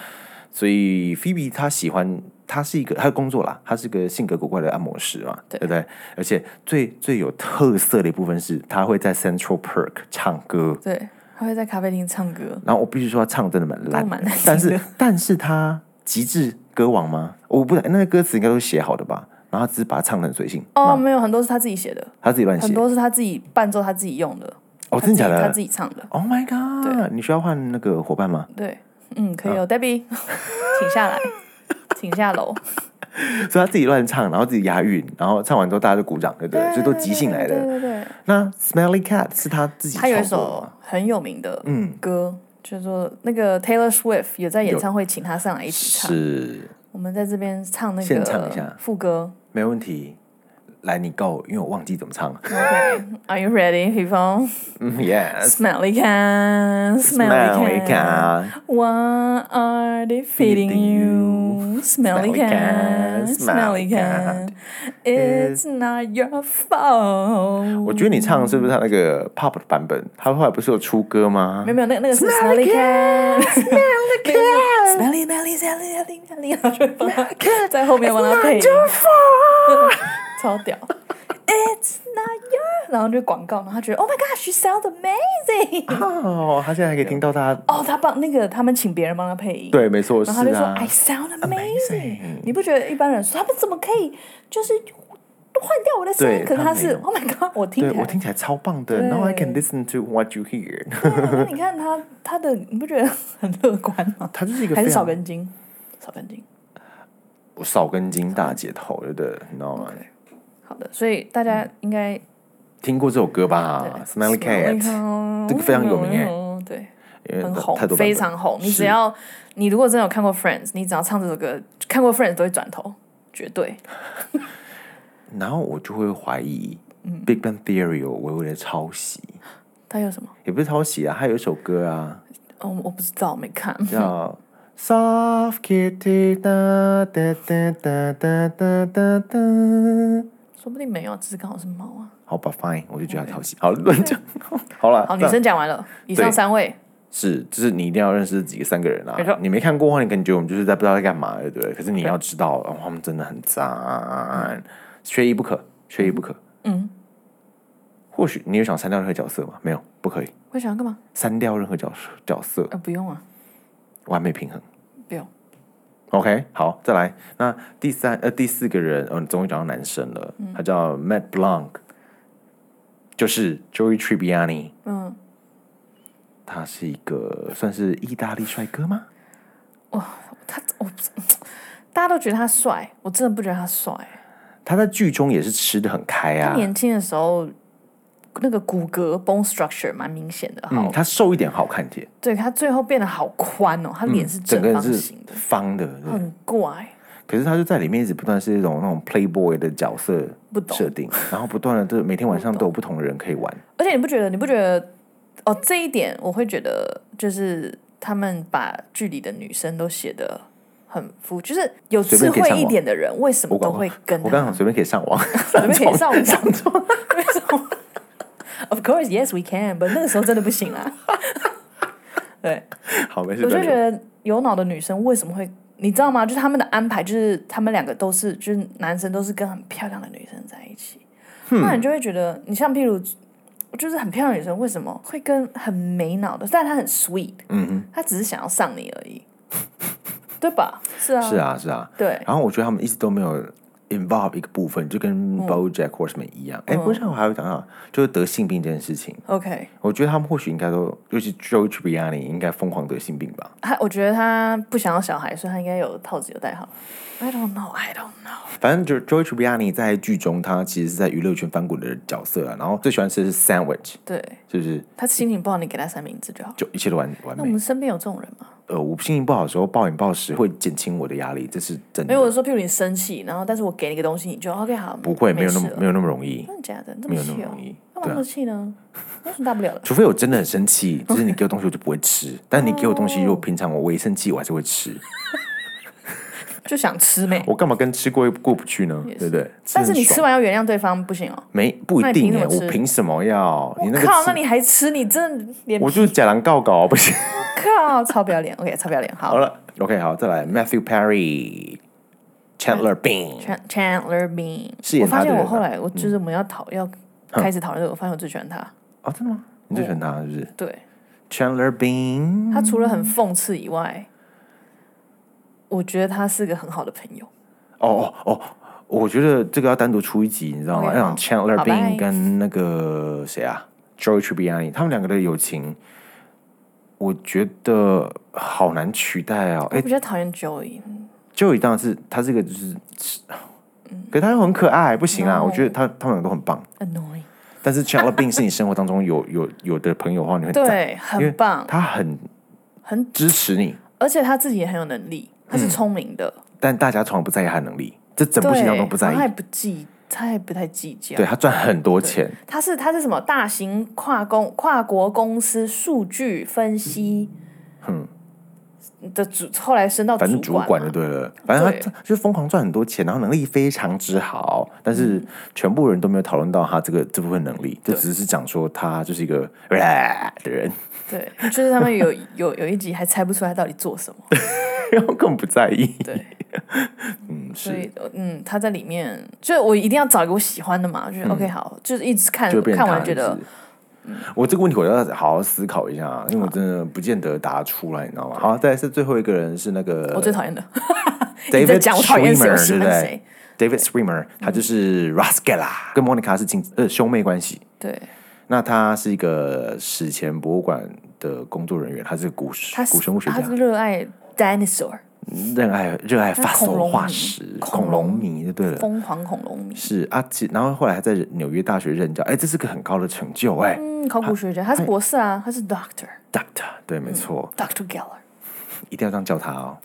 S1: 所以菲比她喜欢，她是一个她的工作啦，她是个性格古怪的按摩师嘛，对
S2: 对
S1: 不对？而且最最有特色的一部分是，她会在 Central Park 唱歌，
S2: 对，他会在咖啡厅唱歌，
S1: 然后我必须说她唱得真的蛮烂
S2: 都蛮难听的
S1: 但是但是她极致歌王吗？我不那个歌词应该都是写好的吧？然后她只是把它唱得很随性，
S2: 哦，没有，很多是他自己写的，
S1: 她自己乱
S2: 很
S1: 写。
S2: 多是他自己伴奏，他自己用的。
S1: 哦，
S2: 他
S1: 真的假
S2: 自己他
S1: 的
S2: 自己唱的。
S1: ？Oh my god！你需要换那个伙伴吗？
S2: 对，嗯，可以
S1: 啊
S2: 哦，Debbie，请
S1: <laughs>
S2: 下来，请下楼。
S1: 所以她自己乱唱，然后自己押韵，然后唱完之后大家就鼓掌，对不对？所以都即兴来的
S2: 对。对对对对，
S1: 那 Smelly Cat 是他自己
S2: 他有一
S1: 创作
S2: 首
S1: 吗？
S2: 很有名的
S1: 嗯
S2: 歌，叫做那个 Taylor Swift 也在演唱会请他上来一起唱。
S1: 是，
S2: 我们在这边唱那
S1: 现唱一
S2: 个
S1: 下
S2: 副歌。
S1: 没问题。来，你 go，因为我忘记怎么
S2: <laughs>
S1: 唱了。 <laughs>
S2: OK，Are you ready, people?
S1: 嗯 yes，
S2: Smelly can, smelly
S1: Smelly
S2: can.
S1: Cat，
S2: What are they feeding you? Smelly
S1: Smelly cat,
S2: cat,
S1: smelly
S2: smelly cat. It's not your fault.
S1: 我觉得你唱的是不是他那个 pop 的版本？他后来不是有出歌吗
S2: 没有？没有，那个那个是 smelly cat, <laughs> smelly cat, smelly smelly smelly smelly，然后就帮他在后面帮他配音，超屌。It's not your，然后就广告，然后他觉得 Oh my God, she sounds amazing。
S1: 哦，他现在还可以听到他。
S2: <laughs> 哦，他帮那个他们请别人帮他配音，
S1: 对，没错，是
S2: 然后他就说、
S1: 啊
S2: I。sound amazing。你不觉得一般人说他们怎么可以就是换掉我的声音？
S1: 对
S2: 可是
S1: 他
S2: 他
S1: 没
S2: 是
S1: 有
S2: Oh my God，我听
S1: 对，
S2: 起来
S1: 我听起来超棒的。
S2: 对
S1: Now I can listen to what you hear。
S2: 对 <laughs> 那你看他他的，你不觉得很乐观吗？
S1: 他就是一个
S2: 还
S1: 非
S2: 是少
S1: 常
S2: 根筋，少根筋。
S1: 少根筋大姐头，对不对？你知道吗？
S2: 好的，所以大家应该
S1: 听过这首歌吧？Smelly 啊 Cat，
S2: Cat，
S1: 这个非常有名哎
S2: 哎，对，
S1: 因为太
S2: 很
S1: 多
S2: 红，
S1: 版
S2: 非
S1: 本
S2: 常红。你
S1: 是
S2: 只要你如果真的有看过 Friends，你只要唱这首歌，看过 Friends 都会转头，绝对。
S1: 然后我就会怀疑
S2: 嗯
S1: 《Big Bang Theory》有微微的抄袭，
S2: 他有什么？
S1: 也不是抄袭啊，还有一首歌啊，
S2: 哦，我不知道，没看。
S1: 叫 Soft Kitty 哒哒哒哒哒哒哒哒。
S2: 说不定没有，只是刚好是猫啊。
S1: 好吧，Fine，我就觉得他抄袭。好，乱讲。 <laughs> 好了，
S2: 好，
S1: 这
S2: 女
S1: 样
S2: 生讲完了，以上
S1: 对
S2: 三位，
S1: 是，就是你一定要认识几个三个人
S2: 没错
S1: 啊。你没看过的话，你感觉我们就是在不知道在干嘛，对不对？可是你要知道，哦，他们真的很赞，缺一不可，缺一不可。
S2: 嗯，
S1: 或许你有想删掉任何角色吗？没有，不可以
S2: 会想要干嘛？
S1: 删掉任何角色角色，
S2: 呃，不用啊，
S1: 完美平衡。
S2: 不用。
S1: OK，好，再来。那第哦三呃第四个人，嗯、你终于讲到男生了，他叫 Matt Blanc，就是 Joey Tribbiani，
S2: 嗯，
S1: 他是一个算是意大利帅哥吗？
S2: 他我大家都觉得他帅，我真的不觉得他帅。
S1: 他在剧中也是吃的很开
S2: 他
S1: 啊，
S2: 年轻的时候那个骨骼 bone structure 蛮明显的，好，
S1: 嗯，他瘦一点好看点，
S2: 对他最后变得好宽哦，他脸是
S1: 整
S2: 正
S1: 个人
S2: 方
S1: 是
S2: 形的，嗯
S1: 方的，对
S2: 很怪。
S1: 可是他就在里面一直不断是一种那种 playboy 的角色
S2: 不懂
S1: 设定，然后不断的，就每天晚上都有不同的人可以玩。
S2: 而且你不觉得？你不觉得？哦，这一点我会觉得，就是他们把剧里的女生都写的很肤，就是有
S1: 随
S2: 智
S1: 便可以
S2: 慧
S1: 上
S2: 一
S1: 网
S2: 点的人，为什么
S1: 我
S2: 都
S1: 刚
S2: 会跟
S1: 我刚
S2: 他
S1: 好随便可以上网， <laughs>
S2: 们？随便可以上网，上床 <laughs> 为什么？Of course, yes, we can. But 那个时候真的不行啊啦。对，
S1: 好没事。
S2: 我
S1: 不
S2: 就
S1: 要
S2: 觉
S1: 理我
S2: 得有脑的女生为什么会，你知道吗？就是他们的安排，就是他们两个都是，就是男生都是跟很漂亮的女生在一起，那你就会觉得，你像譬如，就是很漂亮的女生为什么会跟很没脑的，但她很 sweet，
S1: 嗯哼，
S2: 她只是想要上你而已， <laughs> 对吧？是啊，
S1: 是啊是啊。
S2: 对，
S1: 然后我觉得他们一直都没有 involve 一个部分，就跟
S2: 嗯
S1: BoJack Horseman 一样。哎、不是，我还有讲到就是得性病这件事情，
S2: OK，
S1: 我觉得他们或许应该都，尤其 Joey Tribbiani 应该疯狂得性病吧。
S2: 她我觉得她不想要小孩，所以她应该有套子有戴好。I don't know, I don't know。
S1: 反正就是 Joey Tribbiani 在剧中他其实是在娱乐圈翻滚的角色啊，然后最喜欢吃的是 sandwich，
S2: 对
S1: 是不是？
S2: 她心情不好，你给她三明治就好。
S1: 就一切都完完
S2: 那
S1: 美
S2: 我。们身边有这种人吗？
S1: 呃，我心情不好的时候暴饮暴食会减轻我的压力，这是真
S2: 没有，
S1: 的。
S2: 我说，譬如你生气，然后但是我给你个东西，你就 OK 好，
S1: 不会，没有那么
S2: 事了
S1: 没有那么容易，
S2: 真的假的？这
S1: 没有
S2: 么
S1: 那
S2: 气
S1: 么
S2: 哦
S1: 容，易。
S2: 干嘛
S1: 对
S2: 那
S1: 啊
S2: 么，气呢？有什么大不了的？
S1: 除非我真的很生
S2: <laughs>
S1: 气，就是你给我东西我就不会吃，但你给我东西，
S2: 哦
S1: 如果平常我我一生气我还是会吃，
S2: 就想吃没？
S1: 我干嘛跟吃过过不去呢？
S2: 是
S1: 对不对？
S2: 但是
S1: 很
S2: 你吃
S1: 爽
S2: 完要原谅对方，不行哦。
S1: 没不
S2: 那
S1: 一
S2: 你凭
S1: 定
S2: 什
S1: 哎，
S2: 么
S1: 我
S2: 吃
S1: 凭什么要你那个
S2: 靠，那
S1: 吃？
S2: 你还吃？你真的脸
S1: 我就是假狼告告，不行。
S2: 靠，超不要脸。OK，超不要脸。好
S1: 好了，OK，好，再来 Matthew Perry、Chandler Bing，
S2: ，Chan-，Chandler Bing，
S1: 饰演
S2: 我发
S1: 他的
S2: 现
S1: 人
S2: 我
S1: 啊
S2: 后来我就是我们要讨要
S1: 嗯
S2: 开始讨论这个，我发现我最喜欢他。
S1: 哦，真的吗？你最喜欢他是不是
S2: 对
S1: ？Chandler Bing，
S2: 他除了很讽刺以外，我觉得他是个很好的朋友。
S1: 哦哦哦，我觉得这个要单独出一集，你知道吗？
S2: OK，
S1: 要
S2: 好
S1: 讲 Chandler
S2: 好
S1: Bing
S2: 拜
S1: 跟那个谁啊，Joey Tribbiani，他们两个的友情，我觉得好难取代哦。
S2: 我
S1: 哎
S2: 比较讨厌 Joey，
S1: ，Joey 当然是他这个就是，
S2: 嗯
S1: 可是他又很可爱，不行啊！我觉得他他们两个都很棒，
S2: annoying，
S1: 但是 Chandler Bing 是你生活当中有有有的朋友的话，你会赞
S2: 对，
S1: 因为
S2: 很棒，
S1: 他很
S2: 很，
S1: 支持你，
S2: 而且他自己也很有能力，他是聪明的。
S1: 但大家从来不在意他的能力，这嗯整部戏
S2: 对，哦
S1: 当中不在
S2: 他还
S1: 意。
S2: 不计，他还不太计较。
S1: 对他赚很多钱，
S2: 他是他是什么大型跨公跨国公司数据分析，嗯，的主后来升到
S1: 反正
S2: 主
S1: 主
S2: 管嘛啊
S1: 管就对了，反正他
S2: 对
S1: 就是疯狂赚很多钱，然后能力非常之好，但是
S2: 嗯
S1: 全部人都没有讨论到他这个这部分能力，就只是讲说他就是一个 <laughs> 的人，
S2: 对，就是他们有 <laughs> 有有一集还猜不出来到底做什么，
S1: 然后根本不在意。
S2: 对，
S1: <laughs> 嗯，
S2: 所
S1: 是
S2: 以嗯，他在里面，就是我一定要找一个我喜欢的嘛，我觉得 OK 好，就是一直看
S1: 嗯就会变成
S2: 嗯看
S1: 他
S2: 完
S1: 儿
S2: 觉得嗯啊
S1: 子。我这个问题我要好好思考一下，因为我真的不见得答出来，你知道吗？好，再来是最后一个人是那个
S2: 我最讨厌的， <laughs> 你在
S1: David
S2: 讲我讨厌谁，我
S1: Schwimmer，
S2: 喜
S1: 呃对不对
S2: 欢谁，
S1: ？David Schwimmer，他就是
S2: 嗯
S1: Rascala，跟 Monica 是亲呃兄妹关系。
S2: 对，
S1: 那他是一个史前博物馆的工作人员，他是古
S2: 他
S1: 古生物学
S2: 他
S1: 家
S2: 是，热爱 dinosaur
S1: 热爱热爱发
S2: 他恐
S1: 手
S2: 龙
S1: 化
S2: 迷
S1: 石，恐
S2: 恐
S1: 龙
S2: 龙
S1: 迷就对了。
S2: 疯狂恐龙迷，
S1: 是啊，其然后后来还在纽约大学任教，哎，这是个很高的成就哎、
S2: 嗯，考古学家，他是博士啊，他是 Doctor
S1: Doctor，对，
S2: 嗯
S1: 没错，
S2: Doctor Geller。
S1: 一定要这样叫他哦，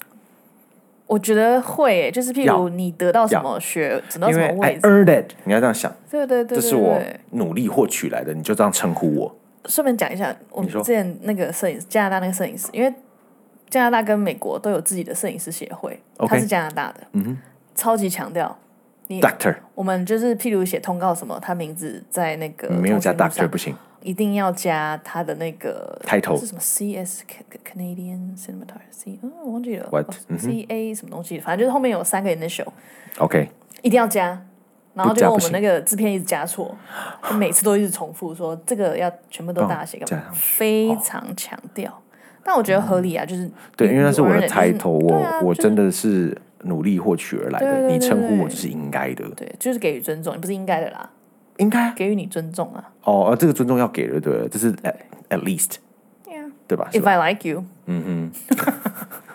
S2: 我觉得会耶、就是譬
S1: 要
S2: 如你得到什么学，得到
S1: 因
S2: 什
S1: 为
S2: 么
S1: I
S2: 位置，
S1: earned it，你要这样想，
S2: 对对对
S1: 这
S2: 对
S1: 是我
S2: 对
S1: 努力获取来的，你就这样称呼我。
S2: 顺便讲一下，我们
S1: 说
S2: 之前那个摄影师，加拿大那个摄影师，因为加拿大跟美国都有自己的摄影师协会
S1: OK
S2: 他是加拿大的，嗯超级强调你
S1: Doctor
S2: 我们就是譬如写通告什么，他名字在那个
S1: 没有加 Doctor
S2: 通讯录上
S1: 不行，
S2: 一定要加他的那个
S1: Title
S2: 是什么 CS Ca- Canadian Cinematography，哦，我忘记了
S1: What？嗯
S2: 哦 CA 什么东西，反正就是后面有三个 initial，
S1: OK，
S2: 一定要加。然后
S1: 不
S2: 结
S1: 加
S2: 果我
S1: 不
S2: 们那个制片一直加错，就每次都一直重复说这个要全部都大写，
S1: 哦加
S2: 干嘛
S1: 上去嗯
S2: 非常强调。但我觉得合理啊，就是
S1: 对，
S2: 你
S1: 因为那是我的
S2: 你 earn it，就是
S1: title，
S2: 对啊
S1: 我我
S2: 就是
S1: 真的是努力获取而来
S2: 对
S1: 的，
S2: 对
S1: 你
S2: 对
S1: 称呼
S2: 对
S1: 我就是应该的。
S2: 对，就是给予尊重，你不是应该的啦。
S1: 应该
S2: 给予你尊重啊。
S1: 哦，呃这个尊重要给的，对了，这是 at, at least，
S2: Yeah,
S1: 对吧？啊是
S2: if
S1: 吧
S2: I like you，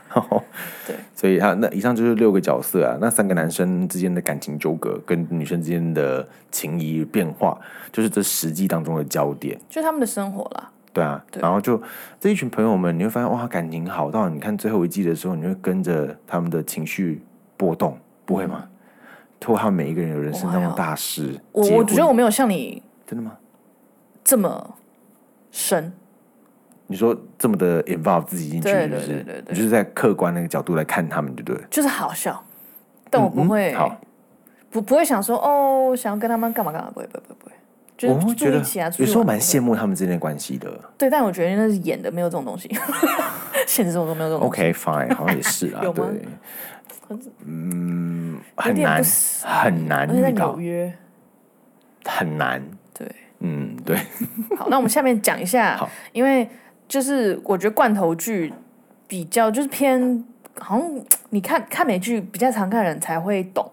S1: 好
S2: 对，
S1: 所以他那以上就是六个角色啊，那三个男生之间的感情纠葛跟女生之间的情谊变化，就是这实际当中的焦点。
S2: 就他们的生活啦。
S1: 对啊，
S2: 对
S1: 然后就这一群朋友们，你会发现哇，感情好到你看最后一季的时候，你会跟着他们的情绪波动，不会吗？托他们每一个人有人生当中的大事，
S2: 嗯我
S1: 结
S2: 我
S1: 婚
S2: 觉得我没有像你
S1: 真的吗？
S2: 这么深，
S1: 你说这么的 involve 自己进去，
S2: 对
S1: 是不
S2: 对
S1: 是
S2: 对对对
S1: 你就是在客观那个角度来看他们，对不对？
S2: 就是好笑，但我不
S1: 嗯
S2: 会、嗯
S1: 好，
S2: 不不会想说哦，想要跟他们干嘛干嘛，不会不会不会不会，就
S1: 我
S2: 是
S1: 会
S2: 住
S1: 觉得
S2: 一起啊，出去
S1: 有时候
S2: 玩
S1: 蛮
S2: 不会
S1: 羡慕他们之间的关系的。
S2: 对，但我觉得那是演的，没有这种东西，现实生活中没有这种东西
S1: OK fine，好像也是啊
S2: <laughs> ，有吗
S1: 对，嗯，
S2: 有
S1: 很
S2: 点
S1: 难
S2: 不熟
S1: 很难
S2: 而且在
S1: 遇
S2: 纽
S1: 到，
S2: 约，
S1: 很难，
S2: 对，
S1: 嗯，对，
S2: 好，那我们下面讲一下
S1: 好，
S2: 因为就是我觉得罐头剧比较就是偏，好像你看看美剧比较常看的人才会懂，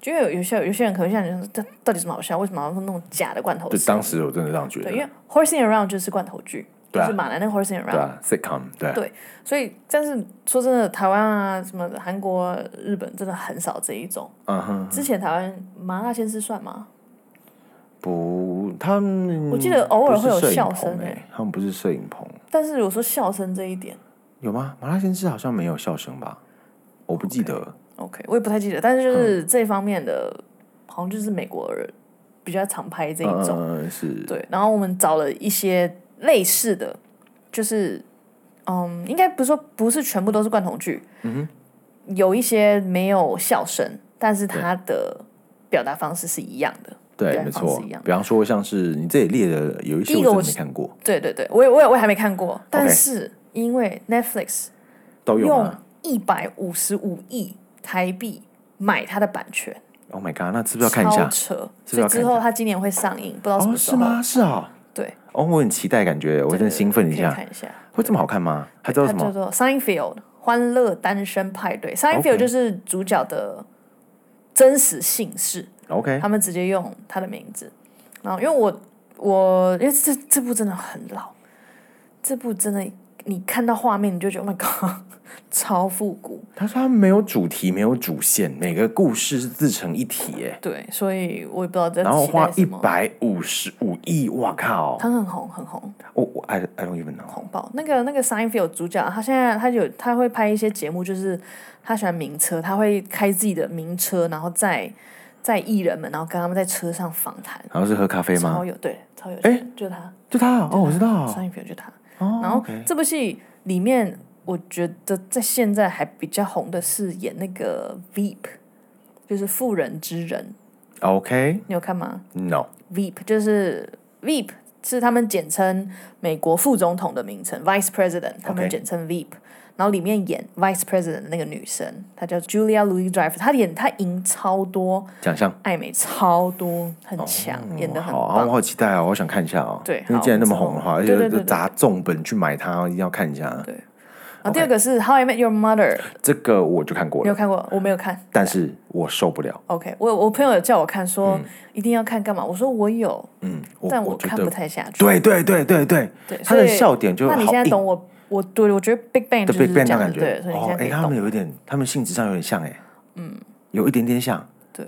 S2: 就因为有有些有些人可能像你说，这到底什么好笑？为什么要弄那种假的罐头
S1: 对，
S2: 吃
S1: 当时我真的这样觉得
S2: 对，因，为 Horsing Around 就是罐头剧，
S1: 对啊
S2: 就是马来那
S1: 对
S2: Horsing Around，、
S1: 啊，sitcom，对啊
S2: 对所以但是说真的，台湾啊什么韩国、日本真的很少这一种。
S1: 嗯哼，
S2: 之前台湾麻辣鲜师算吗？
S1: 不，他们
S2: 我记得偶尔会有
S1: 不是摄影
S2: 笑
S1: 棚
S2: 声
S1: 欸
S2: 欸
S1: 他们不是摄影棚，
S2: 但是我说笑声这一点
S1: 有吗？麻辣鲜师好像没有笑声吧？我不记得，
S2: ，OK，我也不太记得，但是就是
S1: 嗯
S2: 这方面的，好像就是美国人比较常拍这一种。
S1: 嗯，是，
S2: 对，然后我们找了一些类似的，就是嗯，应该不是说不是全部都是罐头剧，嗯有一些没有笑声，但是它的表达方式是一样的。
S1: 对，
S2: 对
S1: 没
S2: 方式
S1: 错
S2: 一样。
S1: 比方说，像是你这里列的有一些
S2: 第一
S1: 我真
S2: 个我
S1: 的没
S2: 是
S1: 看过，
S2: 对对对，我也我也我也还没看过，但
S1: OK
S2: 是因为 Netflix
S1: 都有
S2: 用
S1: 吗
S2: 一百五十五亿台币买它的版权，
S1: ？Oh my god，那是不是要看一
S2: 超
S1: 下？
S2: 扯！
S1: 是不是
S2: 所以
S1: 要看一下
S2: 之后它今年会上映，不知道什
S1: 哦，
S2: 么时
S1: 是
S2: 候。
S1: 吗？是啊。
S2: 对，
S1: 哦，我很期待，感觉我
S2: 对
S1: 真的
S2: 对
S1: 兴奋
S2: 对
S1: 一
S2: 可以
S1: 下，
S2: 看一下。
S1: 会这么好看吗？还知道
S2: 它
S1: 什
S2: 叫
S1: 么？
S2: 做 Seinfeld 欢乐单身派对，Seinfeld 就是主角的真实姓氏，
S1: OK，
S2: 他们直接用他的名字。然后因为我我因为这这部真的很老，这部真的你看到画面你就觉得 Oh my God，超 <laughs> 复古。
S1: 他说他没有主题，没有主线，每个故事是自成一体，欸耶。
S2: 对，所以我也不知道在
S1: 然后
S2: 期待
S1: 花一
S2: 什么。
S1: 百五十五亿，哇靠！
S2: 他很红，很红，
S1: 我我 I I don't even know。
S2: 红爆。那个那个 Seinfeld 主角，他现在他有他会拍一些节目，就是他喜欢名车，他会开自己的名车，然后载载艺人们，然后跟他们在车上访谈，
S1: 然后是喝咖啡
S2: 超
S1: 吗？
S2: 有对，超有
S1: 诶
S2: 钱，就他
S1: 就他哦，我知道。
S2: Seinfeld 就他。
S1: 哦
S2: 然后
S1: OK
S2: 这部戏里面，我觉得在现在还比较红的是演那个 Veep，就是妇人之仁，
S1: OK
S2: 你有看吗？
S1: No
S2: Veep 就是 Veep 是他们简称美国副总统的名称，Vice President，他们
S1: OK
S2: 简称 Veep。然后里面演 Vice President 的那个女生，她叫 Julia Louis Dreyfus，她演她赢超多
S1: 奖项
S2: 艾美，超多，很强，演的很
S1: 好，啊
S2: 棒。
S1: 我好期待哦，我想看一下哦。
S2: 对
S1: 因为
S2: 好
S1: 既然那么红的话，
S2: 我
S1: 而
S2: 们之后对
S1: 且
S2: 对
S1: 就
S2: 对对
S1: 砸重本去买它，一定要看一下。
S2: 对然后第二个是 How I Met Your Mother，
S1: 这个我就看过
S2: 你有
S1: 了，
S2: 看过？我没有看。
S1: 但是我受不了。
S2: OK，我我朋友有叫我看，说一定要看干嘛？我说我有，
S1: 嗯，我
S2: 但
S1: 我觉
S2: 看
S1: 得
S2: 不太下去。
S1: 对对对对对，
S2: 对，
S1: 他的
S2: 所以
S1: 笑点就
S2: 那你
S1: 好
S2: 现在
S1: 硬
S2: 懂我？我对我觉得 Big Bang
S1: 的
S2: 就是
S1: Big Bang
S2: 这
S1: 那
S2: 样
S1: 感
S2: 子
S1: 觉，
S2: 对，所以你
S1: 哦，
S2: 现在可以
S1: 他
S2: 懂。
S1: 们有一点，他们性质上有点像哎、嗯，有一点点像
S2: 对，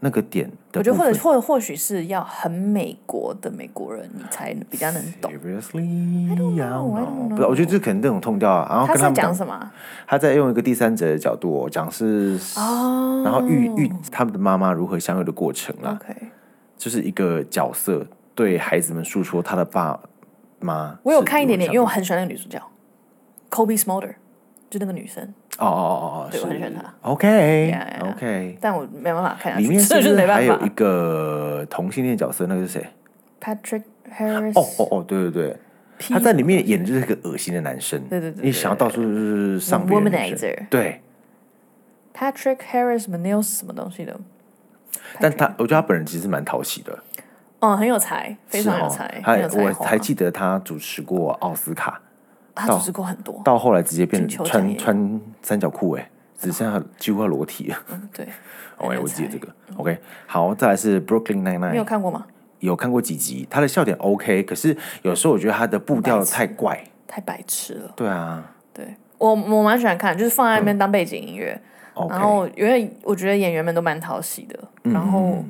S1: 那个点的
S2: 我觉
S1: 部
S2: 得或
S1: 分
S2: 者。或或许是要很美国的美国人，你才比较能懂
S1: Seriously，I don't
S2: know, I don't
S1: 不知道，我觉得这可能这种痛调啊，然后
S2: 他
S1: 跟
S2: 是
S1: 他
S2: 在
S1: 们
S2: 讲
S1: 讲，
S2: 什么啊
S1: 他在用一个第三者的角度、哦、讲是，
S2: 哦。
S1: 然后遇遇他们的妈妈如何相遇的过程啦，
S2: OK，
S1: 就是一个角色对孩子们诉说他的爸妈。
S2: 我有看一点点，因为
S1: 用
S2: 我很喜欢那个女主角，Kobe Smolder，就那个女生，
S1: 哦哦哦哦，
S2: 对我很
S1: 是
S2: 喜欢她。
S1: OK
S2: Yeah, yeah, yeah.
S1: OK，
S2: 但我没办法看下
S1: 里
S2: 去，
S1: 面是
S2: 这
S1: 不
S2: <laughs> 就是没
S1: 还
S2: 办
S1: 有
S2: 法
S1: 一。个同性恋角色？那个是谁？
S2: Patrick Harris，
S1: 哦哦哦，对对对，
S2: P-
S1: 他在里面演的就是个恶心的男生，
S2: 对对对对
S1: 你想要到处就是上别人的女生
S2: Womanizer
S1: 对，
S2: Patrick Harris m a n i l s 什么东西的，
S1: 但他我觉得他本人其实蛮讨喜的，
S2: 哦，很有才，非
S1: 是
S2: 常有
S1: 哦
S2: 才，
S1: 他
S2: 很有才
S1: 我
S2: 华
S1: 还。记得他主持过奥斯卡，
S2: 他
S1: 到
S2: 主持过很多，
S1: 到后来直接变
S2: 金球奖也
S1: 穿
S2: 有
S1: 穿三角裤，哎，只剩下几乎要裸体。
S2: 嗯，对。很
S1: OK，
S2: 有
S1: 我记得
S2: 才嗯
S1: 这个。OK，好，再来是 Brooklyn Nine
S2: 你有
S1: Nine，
S2: 看过吗？
S1: 有看过几集，他的笑点 OK，可是有时候我觉得他的步调太怪。
S2: 太白痴了。
S1: 对啊
S2: 对我我蛮喜欢看，就是放在那边当背景音乐，
S1: ，OK，
S2: 然后因为我觉得演员们都蛮讨喜的，然
S1: 嗯
S2: 后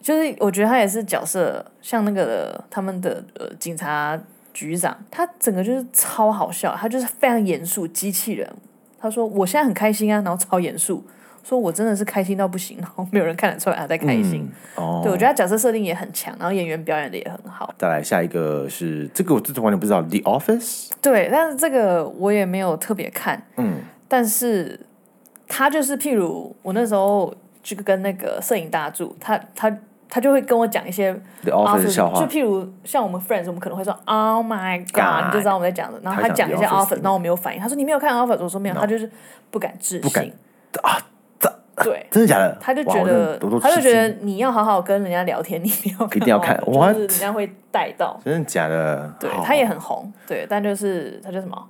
S2: 就是我觉得他也是角色，像那个他们的呃警察局长，他整个就是超好笑，他就是非常严肃机器人。他说我现在很开心啊，然后超严肃，说我真的是开心到不行，然后没有人看得出来他在开心。
S1: 哦，
S2: 对我觉得他角色设定也很强，然后演员表演的也很好。
S1: 再来下一个是这个我真的完全不知道，《The Office》
S2: 对，但是这个我也没有特别看，
S1: 嗯，
S2: 但是他就是譬如我那时候就跟那个摄影大助，他他他就会跟我讲一些
S1: The Office 的哦笑
S2: 就
S1: 话，
S2: 譬如像我们 Friends，我们可能会说 Oh my
S1: God
S2: God，你就知道我们在讲的，然后
S1: 他
S2: 他
S1: 讲
S2: 讲一下
S1: The Office
S2: Office，然后我没有反应，他说你没有看 Office，我说没有，
S1: No
S2: 他就是不敢置
S1: 不敢
S2: 信啊，对。
S1: 真的假的？
S2: 他就
S1: 哇
S2: 觉
S1: 我
S2: 得
S1: 真的我都，
S2: 他就
S1: 吃
S2: 觉
S1: 惊
S2: 得你要好好跟人家聊天，你没有
S1: 一定要看
S2: Office，
S1: What？
S2: 就是人家会带到。
S1: 真的假的？
S2: 对
S1: 好，
S2: 他也很红，对，但就是他叫什么？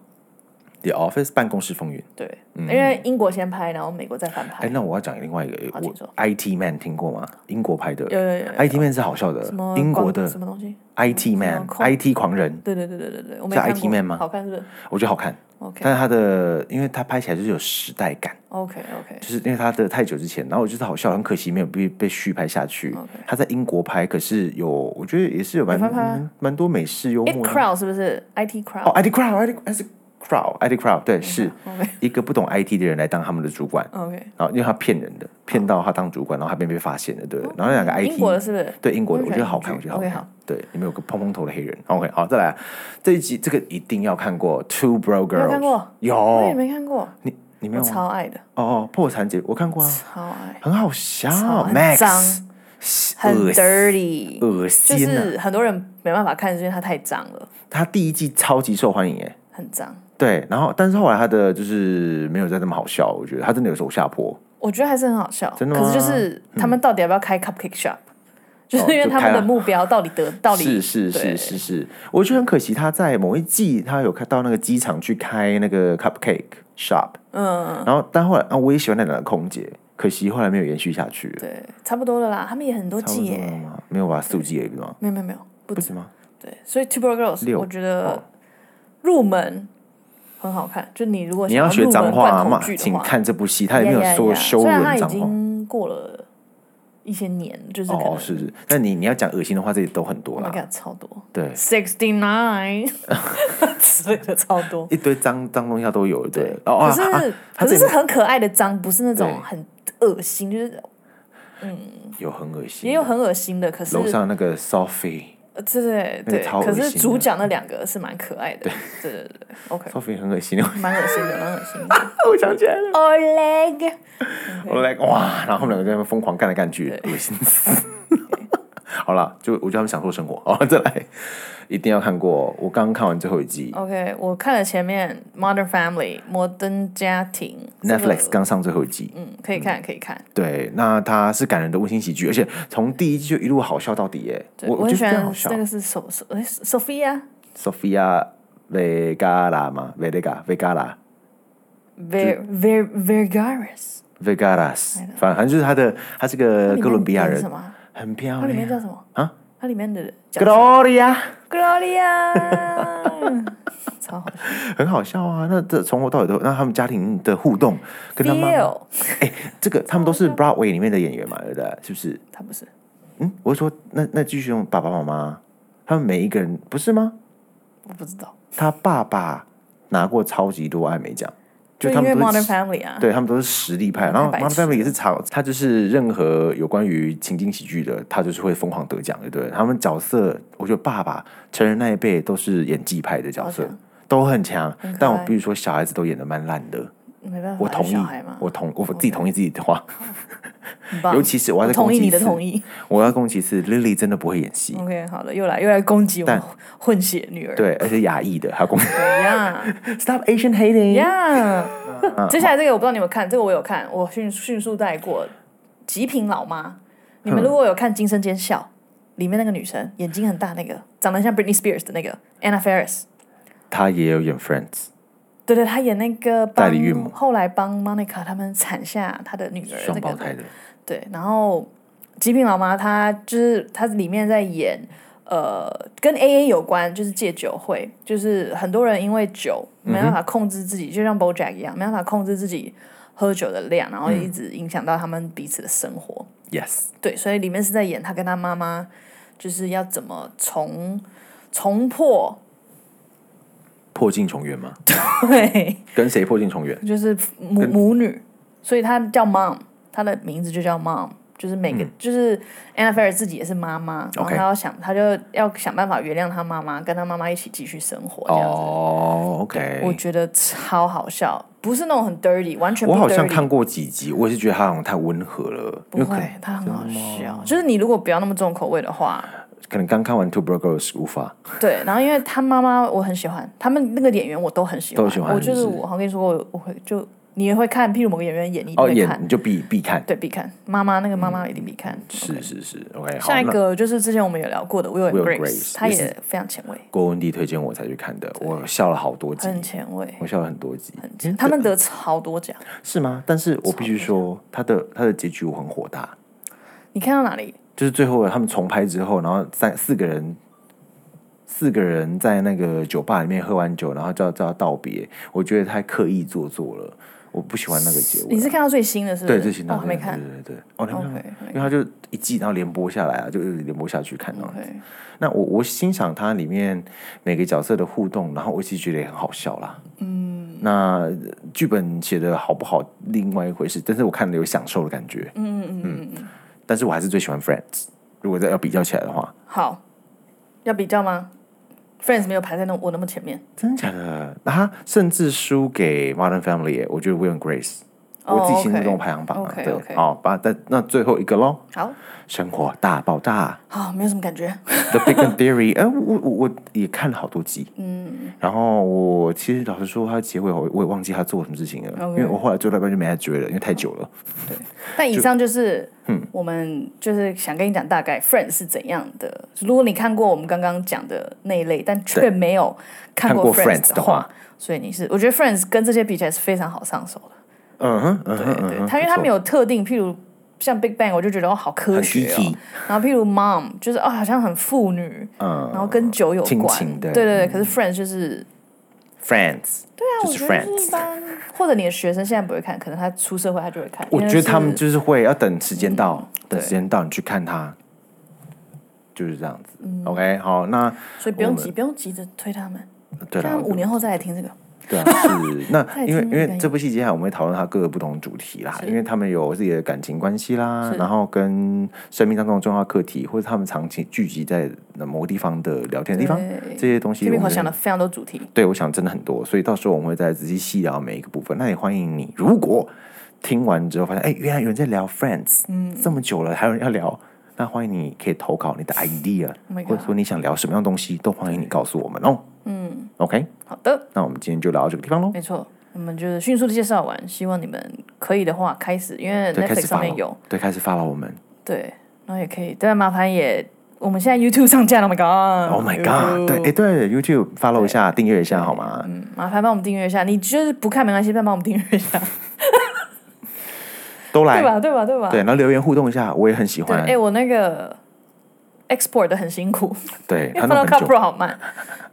S1: The Office 办公室风云。
S2: 对，因为英国先拍，然后美国再翻
S1: 嗯
S2: 拍。
S1: 哎，那我要讲另外一个，
S2: 好
S1: 我
S2: 请说
S1: IT Man 听过吗？英国拍的
S2: 有有有有
S1: ，IT Man 是好笑的
S2: 什么，
S1: 哎英国
S2: 广
S1: 的
S2: 什么东西？
S1: IT
S2: 什么
S1: Man
S2: 控
S1: IT 狂人，
S2: 对对对对对对，我没
S1: 是
S2: 看
S1: IT
S2: 过
S1: man 吗
S2: 好看是不是
S1: 我觉得好看，
S2: ？OK
S1: 但是他的因为他拍起来就是有时代感，
S2: OK OK
S1: 就是因为他的太久之前，然后我觉得好笑，很可惜没有被被续拍下去
S2: OK。
S1: 他在英国拍，可是有我觉得也是有蛮
S2: 有翻拍啊吗
S1: 蛮蛮多美式幽
S2: It
S1: 默的。
S2: 哎 Crowd 是不是？IT Crowd
S1: 哦，IT Crowd，IT Crowd，IT Crowd，对，是
S2: OK
S1: 一个不懂 IT 的人来当他们的主管。
S2: OK，
S1: 然后因为他骗人的，骗到他当主管，然后他被被发现了，对。然后那两个
S2: 哦英国
S1: IT
S2: 的是不是？
S1: 对英国的，
S2: 英
S1: 我
S2: 国
S1: 觉
S2: 人
S1: 得好看，我觉得好
S2: OK，
S1: 看。
S2: 好
S1: 对，里面有个蓬蓬头的黑人。OK，好，再来这一集，这个一定要看过《Two Bro
S2: 没
S1: Girls》。
S2: 有看过，我也
S1: 有，
S2: 没看过，
S1: 你你没
S2: 我
S1: 有吗？
S2: 超爱的，
S1: 哦哦，破产姐我看过啊，
S2: 超爱，
S1: 很好笑
S2: 超很
S1: ，Max
S2: 脏很
S1: 恶心
S2: dirty，
S1: 恶
S2: 就
S1: 心啊！
S2: 是很多人没办法看，是因为它太脏了，
S1: 他第一季超级受欢迎耶。
S2: 很脏。
S1: 对，然后但是后来他的就是没有再那么好笑，我觉得他真的有走下坡。
S2: 我觉得还是很好笑，
S1: 真的吗嗯哦
S2: 可是就是他们到底要不要开 Cupcake Shop？就是因为
S1: 就
S2: 他
S1: 开
S2: 们的
S1: 了
S2: 目标到底得到底
S1: 是是是
S2: 对
S1: 是是，我觉得很可惜，他在某一季他有看到那个机场去开那个 cupcake shop，嗯，然后但后来啊，我也喜欢那两个空姐，可惜后来没有延续下去，
S2: 对，差不多了啦，他们也很多
S1: 差不
S2: 季
S1: 多
S2: 耶，
S1: 了吗？啊没有吧，四五季而已吗？
S2: 没有没有没有，不
S1: 不
S2: 止
S1: 止吗？
S2: 对，所以 Two Bro Girls
S1: 六哦
S2: 我觉得入门很好看，就你如果
S1: 你
S2: 想
S1: 要学
S2: 入
S1: 脏
S2: 门
S1: 话
S2: 罐头
S1: 骂，
S2: 剧的
S1: 请
S2: 话
S1: 看这部戏，它里面
S2: 呀呀
S1: 有说
S2: 呀
S1: 羞辱
S2: 虽然它
S1: 的
S2: 已
S1: 脏话。
S2: 经过了一些年，就是可能
S1: 哦，是啊是，但你你要讲恶心的话，这里都很多
S2: Oh my
S1: 啦，
S2: God，超多
S1: 对，
S2: sixty
S1: <laughs>
S2: nine <laughs> 之类的超多，
S1: 一堆脏脏东西它都有，对，然后
S2: 可
S1: 啊
S2: 是、
S1: 啊，它
S2: 可
S1: 这
S2: 是
S1: 里
S2: 是很可爱的脏，不是那
S1: 对
S2: 种很恶心，就是
S1: 有很恶心，
S2: 也有很恶心的，可是
S1: 楼上那个 Sophie。
S2: 呃对对
S1: 那个
S2: 对，
S1: 超恶
S2: 可是
S1: 心的
S2: 主角那两个是蛮可爱的，对对对对，OK，
S1: Sophie 很恶心， <laughs>
S2: 蛮恶心的，蛮恶心的。
S1: 我想起来了。
S2: Oleg，
S1: 我 like 哇，然后他们两个在那边疯狂干来干去，恶心死。 <laughs> 好了，就我觉得他们享受生活。好，再来，一定要看过。我刚刚看完最后一季
S2: OK，我看了前面《Modern Family》摩登家庭这个
S1: Netflix 刚上最后一季。
S2: 嗯，可以看，可以看。
S1: 对，那它是感人的温馨喜剧，而且从第一季就一路好笑到底耶。
S2: 对
S1: 我觉
S2: 我很
S1: 得
S2: 喜
S1: 非常
S2: 欢
S1: 好笑
S2: 那。个是手手哎 Sophia
S1: Sophia Vergara 嘛，Vergara Vergara
S2: Ver Ver Vergaris，
S1: Vergaras，反正就是她的，她是个呃哥伦比亚
S2: 它里面
S1: 人
S2: 是什，么？
S1: 很漂
S2: 它里面叫
S1: 亮。
S2: 什么
S1: 啊？
S2: 它里面的角色
S1: Gloria。 <laughs>
S2: Gloria，超好笑。
S1: 很好笑啊！那这从头到尾都，那他们家庭的互动跟他妈妈，
S2: Bill，
S1: 这个他们都是 Broadway 里面的演员嘛，对不对？是不是？
S2: 他不是
S1: 嗯，我是说，那那继续用爸爸妈妈，他们每一个人不是吗？
S2: 我不知道，
S1: 他爸爸拿过超级多艾美奖，就他
S2: 因为
S1: 们
S2: Modern
S1: 都是。
S2: Family 啊，
S1: 对他们都是实力派，然后
S2: 太
S1: m
S2: 白
S1: o
S2: 痴
S1: d e r Family 也是常，他就是任何有关于情景喜剧的，他就是会疯狂得奖，对不对？他们角色，我觉得爸爸成人那一辈都是演技派的角
S2: 好
S1: 色
S2: 强，
S1: 都很强
S2: 很，可
S1: 但我
S2: 爱
S1: 必须说小孩子都演的蛮烂的，
S2: 没办法，
S1: 我同
S2: 小
S1: 意
S2: 孩嘛，，
S1: 我同我自己同意自己的话，
S2: 很棒
S1: 尤其是我要
S2: 啊我
S1: 再
S2: 同
S1: 攻
S2: 意
S1: 击
S2: 你
S1: 一
S2: 的
S1: 次，
S2: 同意。
S1: 我要攻击一次，Lily 真的不会演戏，
S2: OK，好了，又来又来攻击我们
S1: 但
S2: <laughs> 混血女儿。
S1: 对，而且亚裔的，还要
S2: <laughs>
S1: 攻击 <laughs>
S2: 呀
S1: Stop Asian hating， <laughs>
S2: 呀，接下来这个我不知道你有没有看，这个我有看，我迅迅速带过《极品老妈》。你
S1: 嗯
S2: 们如果有看《惊声尖笑》，里面那个女生眼睛很大，那个长得像 Britney Spears 的那个 Anna Faris，
S1: 她也有演 Friends，
S2: 对对，她演那个
S1: 代理孕
S2: 帮
S1: 母
S2: 后来帮 Monica 他们产下她的女儿，
S1: 双胞胎的，
S2: 对，然后极品妈妈她就是她里面在演呃跟 AA 有关，就是戒酒会，就是很多人因为酒没办法控制自己，就像 BoJack 一样，没办法控制自己喝酒的量，然后一直影响到他们彼此的生活。
S1: Yes，
S2: 对，所以里面是在演他跟他妈妈就是要怎么重重破， <laughs>
S1: 破镜重圆吗？
S2: 对，
S1: 跟谁破镜重圆？
S2: 就是母母女，所以她叫 mom，她的名字就叫 mom，就是每个、就是 Anna Faris 自己也是妈妈，然后
S1: 嗯 OK
S2: 她要想，她就要想办法原谅她妈妈，跟她妈妈一起继续生活这样子。
S1: 哦
S2: 我
S1: ，OK，
S2: 觉得超好笑，不是那种很 dirty，完全不
S1: 我
S2: dirty。
S1: 好像看过几集，我也是觉得他好像太温和了，因
S2: 不
S1: 为可
S2: 会
S1: 能，
S2: 它很好笑。就是你如果不要那么重口味
S1: <laughs>
S2: 的话，
S1: 可能刚看完 Two Bro Girls 无法
S2: 对。然后因为她妈妈我很喜欢，他们那个演员我都很喜欢。
S1: 都喜欢
S2: 我就是
S1: 是
S2: 我，好像跟你说过，我我会就你也会看，譬如某个演员演，你一定
S1: 哦
S2: 会看。
S1: 演你就必必看，
S2: 对，必看。妈妈那个妈妈一定必看。
S1: 是是是，OK，好，
S2: 下一
S1: 那
S2: 个就是之前我们有聊过的 Will and
S1: Will and
S2: Grace，
S1: Grace，
S2: 她
S1: 也
S2: 也非常前卫，
S1: 郭文迪推荐我才去看的，我笑了好多集，
S2: 很前卫。
S1: 我笑了很多集，
S2: 他们得超多奖，
S1: 是吗？但是我必须说，他的他的结局我很火大，
S2: 你看到哪里？
S1: 就是最后他们重拍之后，然后三四个人，四个人在那个酒吧里面喝完酒，然后叫叫道别，我觉得太刻意做作了，我不喜欢那个结尾。啊
S2: 你是看到最新的是不是？
S1: 对，最新的
S2: 哦，还没看。
S1: 对对对，对哦，你还没看
S2: OK，
S1: 因为他就一季，然后连播下来啊，就连播下去看到。
S2: OK，
S1: 那我我欣赏它里面每个角色的互动，然后我其实觉得也很好笑啦。嗯，那呃剧本写的好不好，另外一回事，但是我看了有享受的感觉。嗯嗯嗯但是我还是最喜欢 Friends。如果再要比较起来的话，
S2: 好，要比较吗？Friends 没有排在那我那么前面，
S1: 真的假的？那他甚至输给 Modern Family，耶我觉得 Will and Grace，、
S2: 哦
S1: 我自己心目
S2: OK
S1: 中的排行榜、啊。
S2: OK，
S1: 对
S2: OK
S1: 好吧，但那最后一个喽，
S2: 好，
S1: 生活大爆炸。
S2: 好，没有什么感觉。
S1: The Big Bang Theory，哎、我我我也看了好多集，嗯，然后我其实老实说，它结尾我我也忘记他做什么事情了因
S2: OK
S1: 为我后来做到一半就没再追了，因为太久了。
S2: 但以上就是，
S1: 嗯
S2: 我们就是想跟你讲大概 Friends 是怎样的。如果你看过我们刚刚讲的那一类，但却没有看
S1: 看过
S2: Friends
S1: Friends
S2: 的
S1: 的
S2: 话
S1: 话，
S2: 所以你是我觉得 Friends 跟这些比起来是非常好上手的。
S1: 嗯哼，嗯
S2: 对
S1: 哼，嗯
S2: 对，
S1: 哼，
S2: 它因为它
S1: 不错
S2: 没有特定，譬如像 Big Bang，我就觉得哦好科
S1: 很
S2: 学哦
S1: geeky。
S2: 然后譬如 Mom，就是哦好像很妇女，
S1: 嗯
S2: 然后跟酒有
S1: 亲
S2: 关，
S1: 情
S2: 对
S1: 的
S2: 对对。可是 Friends 就是，
S1: Friends，对啊，
S2: 我
S1: 就是
S2: 觉得就是一
S1: Friends。
S2: 般，或者你的学生现在不会看，可能他出社会他就会看。
S1: 我
S2: 因为
S1: 觉得他们
S2: 是嗯
S1: 就是会要等时间到，
S2: 对
S1: 等时间到你去看它，就是这样子。OK，好，
S2: 嗯
S1: 那
S2: 所以不用急，不用急着推他们。
S1: 对
S2: 这
S1: 了
S2: 样，五年后再来听这个。
S1: 对啊，是
S2: <laughs>
S1: 那
S2: 再
S1: 因为
S2: 听
S1: 因
S2: 一
S1: 为
S2: 遍
S1: 这部戏接下来我们会讨论它各个不同的主题啦，因为他们有自己的感情关系啦
S2: 是，
S1: 然后跟生命当中的重要课题，或者他们长期聚集在某个地方的聊天的地方
S2: 对，
S1: 这些东西
S2: 这
S1: 我
S2: 边我
S1: 们
S2: 想了非常多主题，
S1: 对我想真的很多，所以到时候我们会再仔细细聊每一个部分。那也欢迎你，如果听完之后发现，哎，原来有人在聊 Friends，嗯，这么久了还有人要聊。那欢迎你可以投稿你的 idea，、
S2: Oh my god
S1: 或者说你想聊什么样的东西，都欢迎你告诉我们哦。嗯，OK，
S2: 好的，
S1: 那我们今天就聊到这个地方喽。
S2: 没错，我们就是迅速的介绍完，希望你们可以的话开始，因为
S1: 对，开
S2: Netflix
S1: 始
S2: 上
S1: 发
S2: 面
S1: 了，
S2: 有，
S1: 对，开始发了我们。
S2: 对，然后也可以，但麻烦也，我们现在 YouTube 上架了，Oh my
S1: Oh my
S2: god，Oh
S1: god！对，哎，对，YouTube follow 一下，订阅一下好吗？
S2: 嗯，麻烦帮我们订阅一下，你就是不看没关系，但帮我们订阅一下，
S1: 都
S2: 对
S1: 来，
S2: 吧？对吧？对吧？
S1: 对，然后留言互动一下，我也很喜
S2: 对，
S1: 欢
S2: 哎，。我那个 export 的很辛苦，
S1: 对，
S2: 因
S1: 他
S2: 为
S1: 弄很
S2: Final Cut
S1: 久，
S2: Pro 好慢，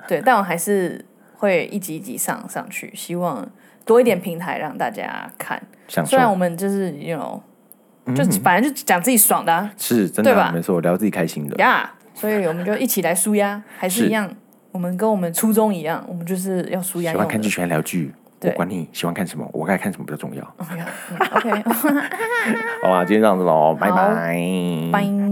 S2: 对，但我还是会一集一集上上去，希望多一点平台让大家看。
S1: 享
S2: 虽
S1: 受嗯
S2: 然我们就是有 you know, 就反正就讲自己爽的啊
S1: 是真
S2: 对吧
S1: 的，没错，聊自己开心的。
S2: 呀所以我们就一起来舒压，还是
S1: 是
S2: 一样，我们跟我们初衷一样，我们就是要舒压
S1: 喜
S2: 用
S1: 欢
S2: 的
S1: 看。剧，喜欢聊剧，我
S2: 对
S1: 管你喜欢看什么，我该看什么比较重要。
S2: Oh my god，嗯哦 OK，
S1: 好吧，今天这样子喽，拜
S2: 好
S1: 拜，
S2: 拜。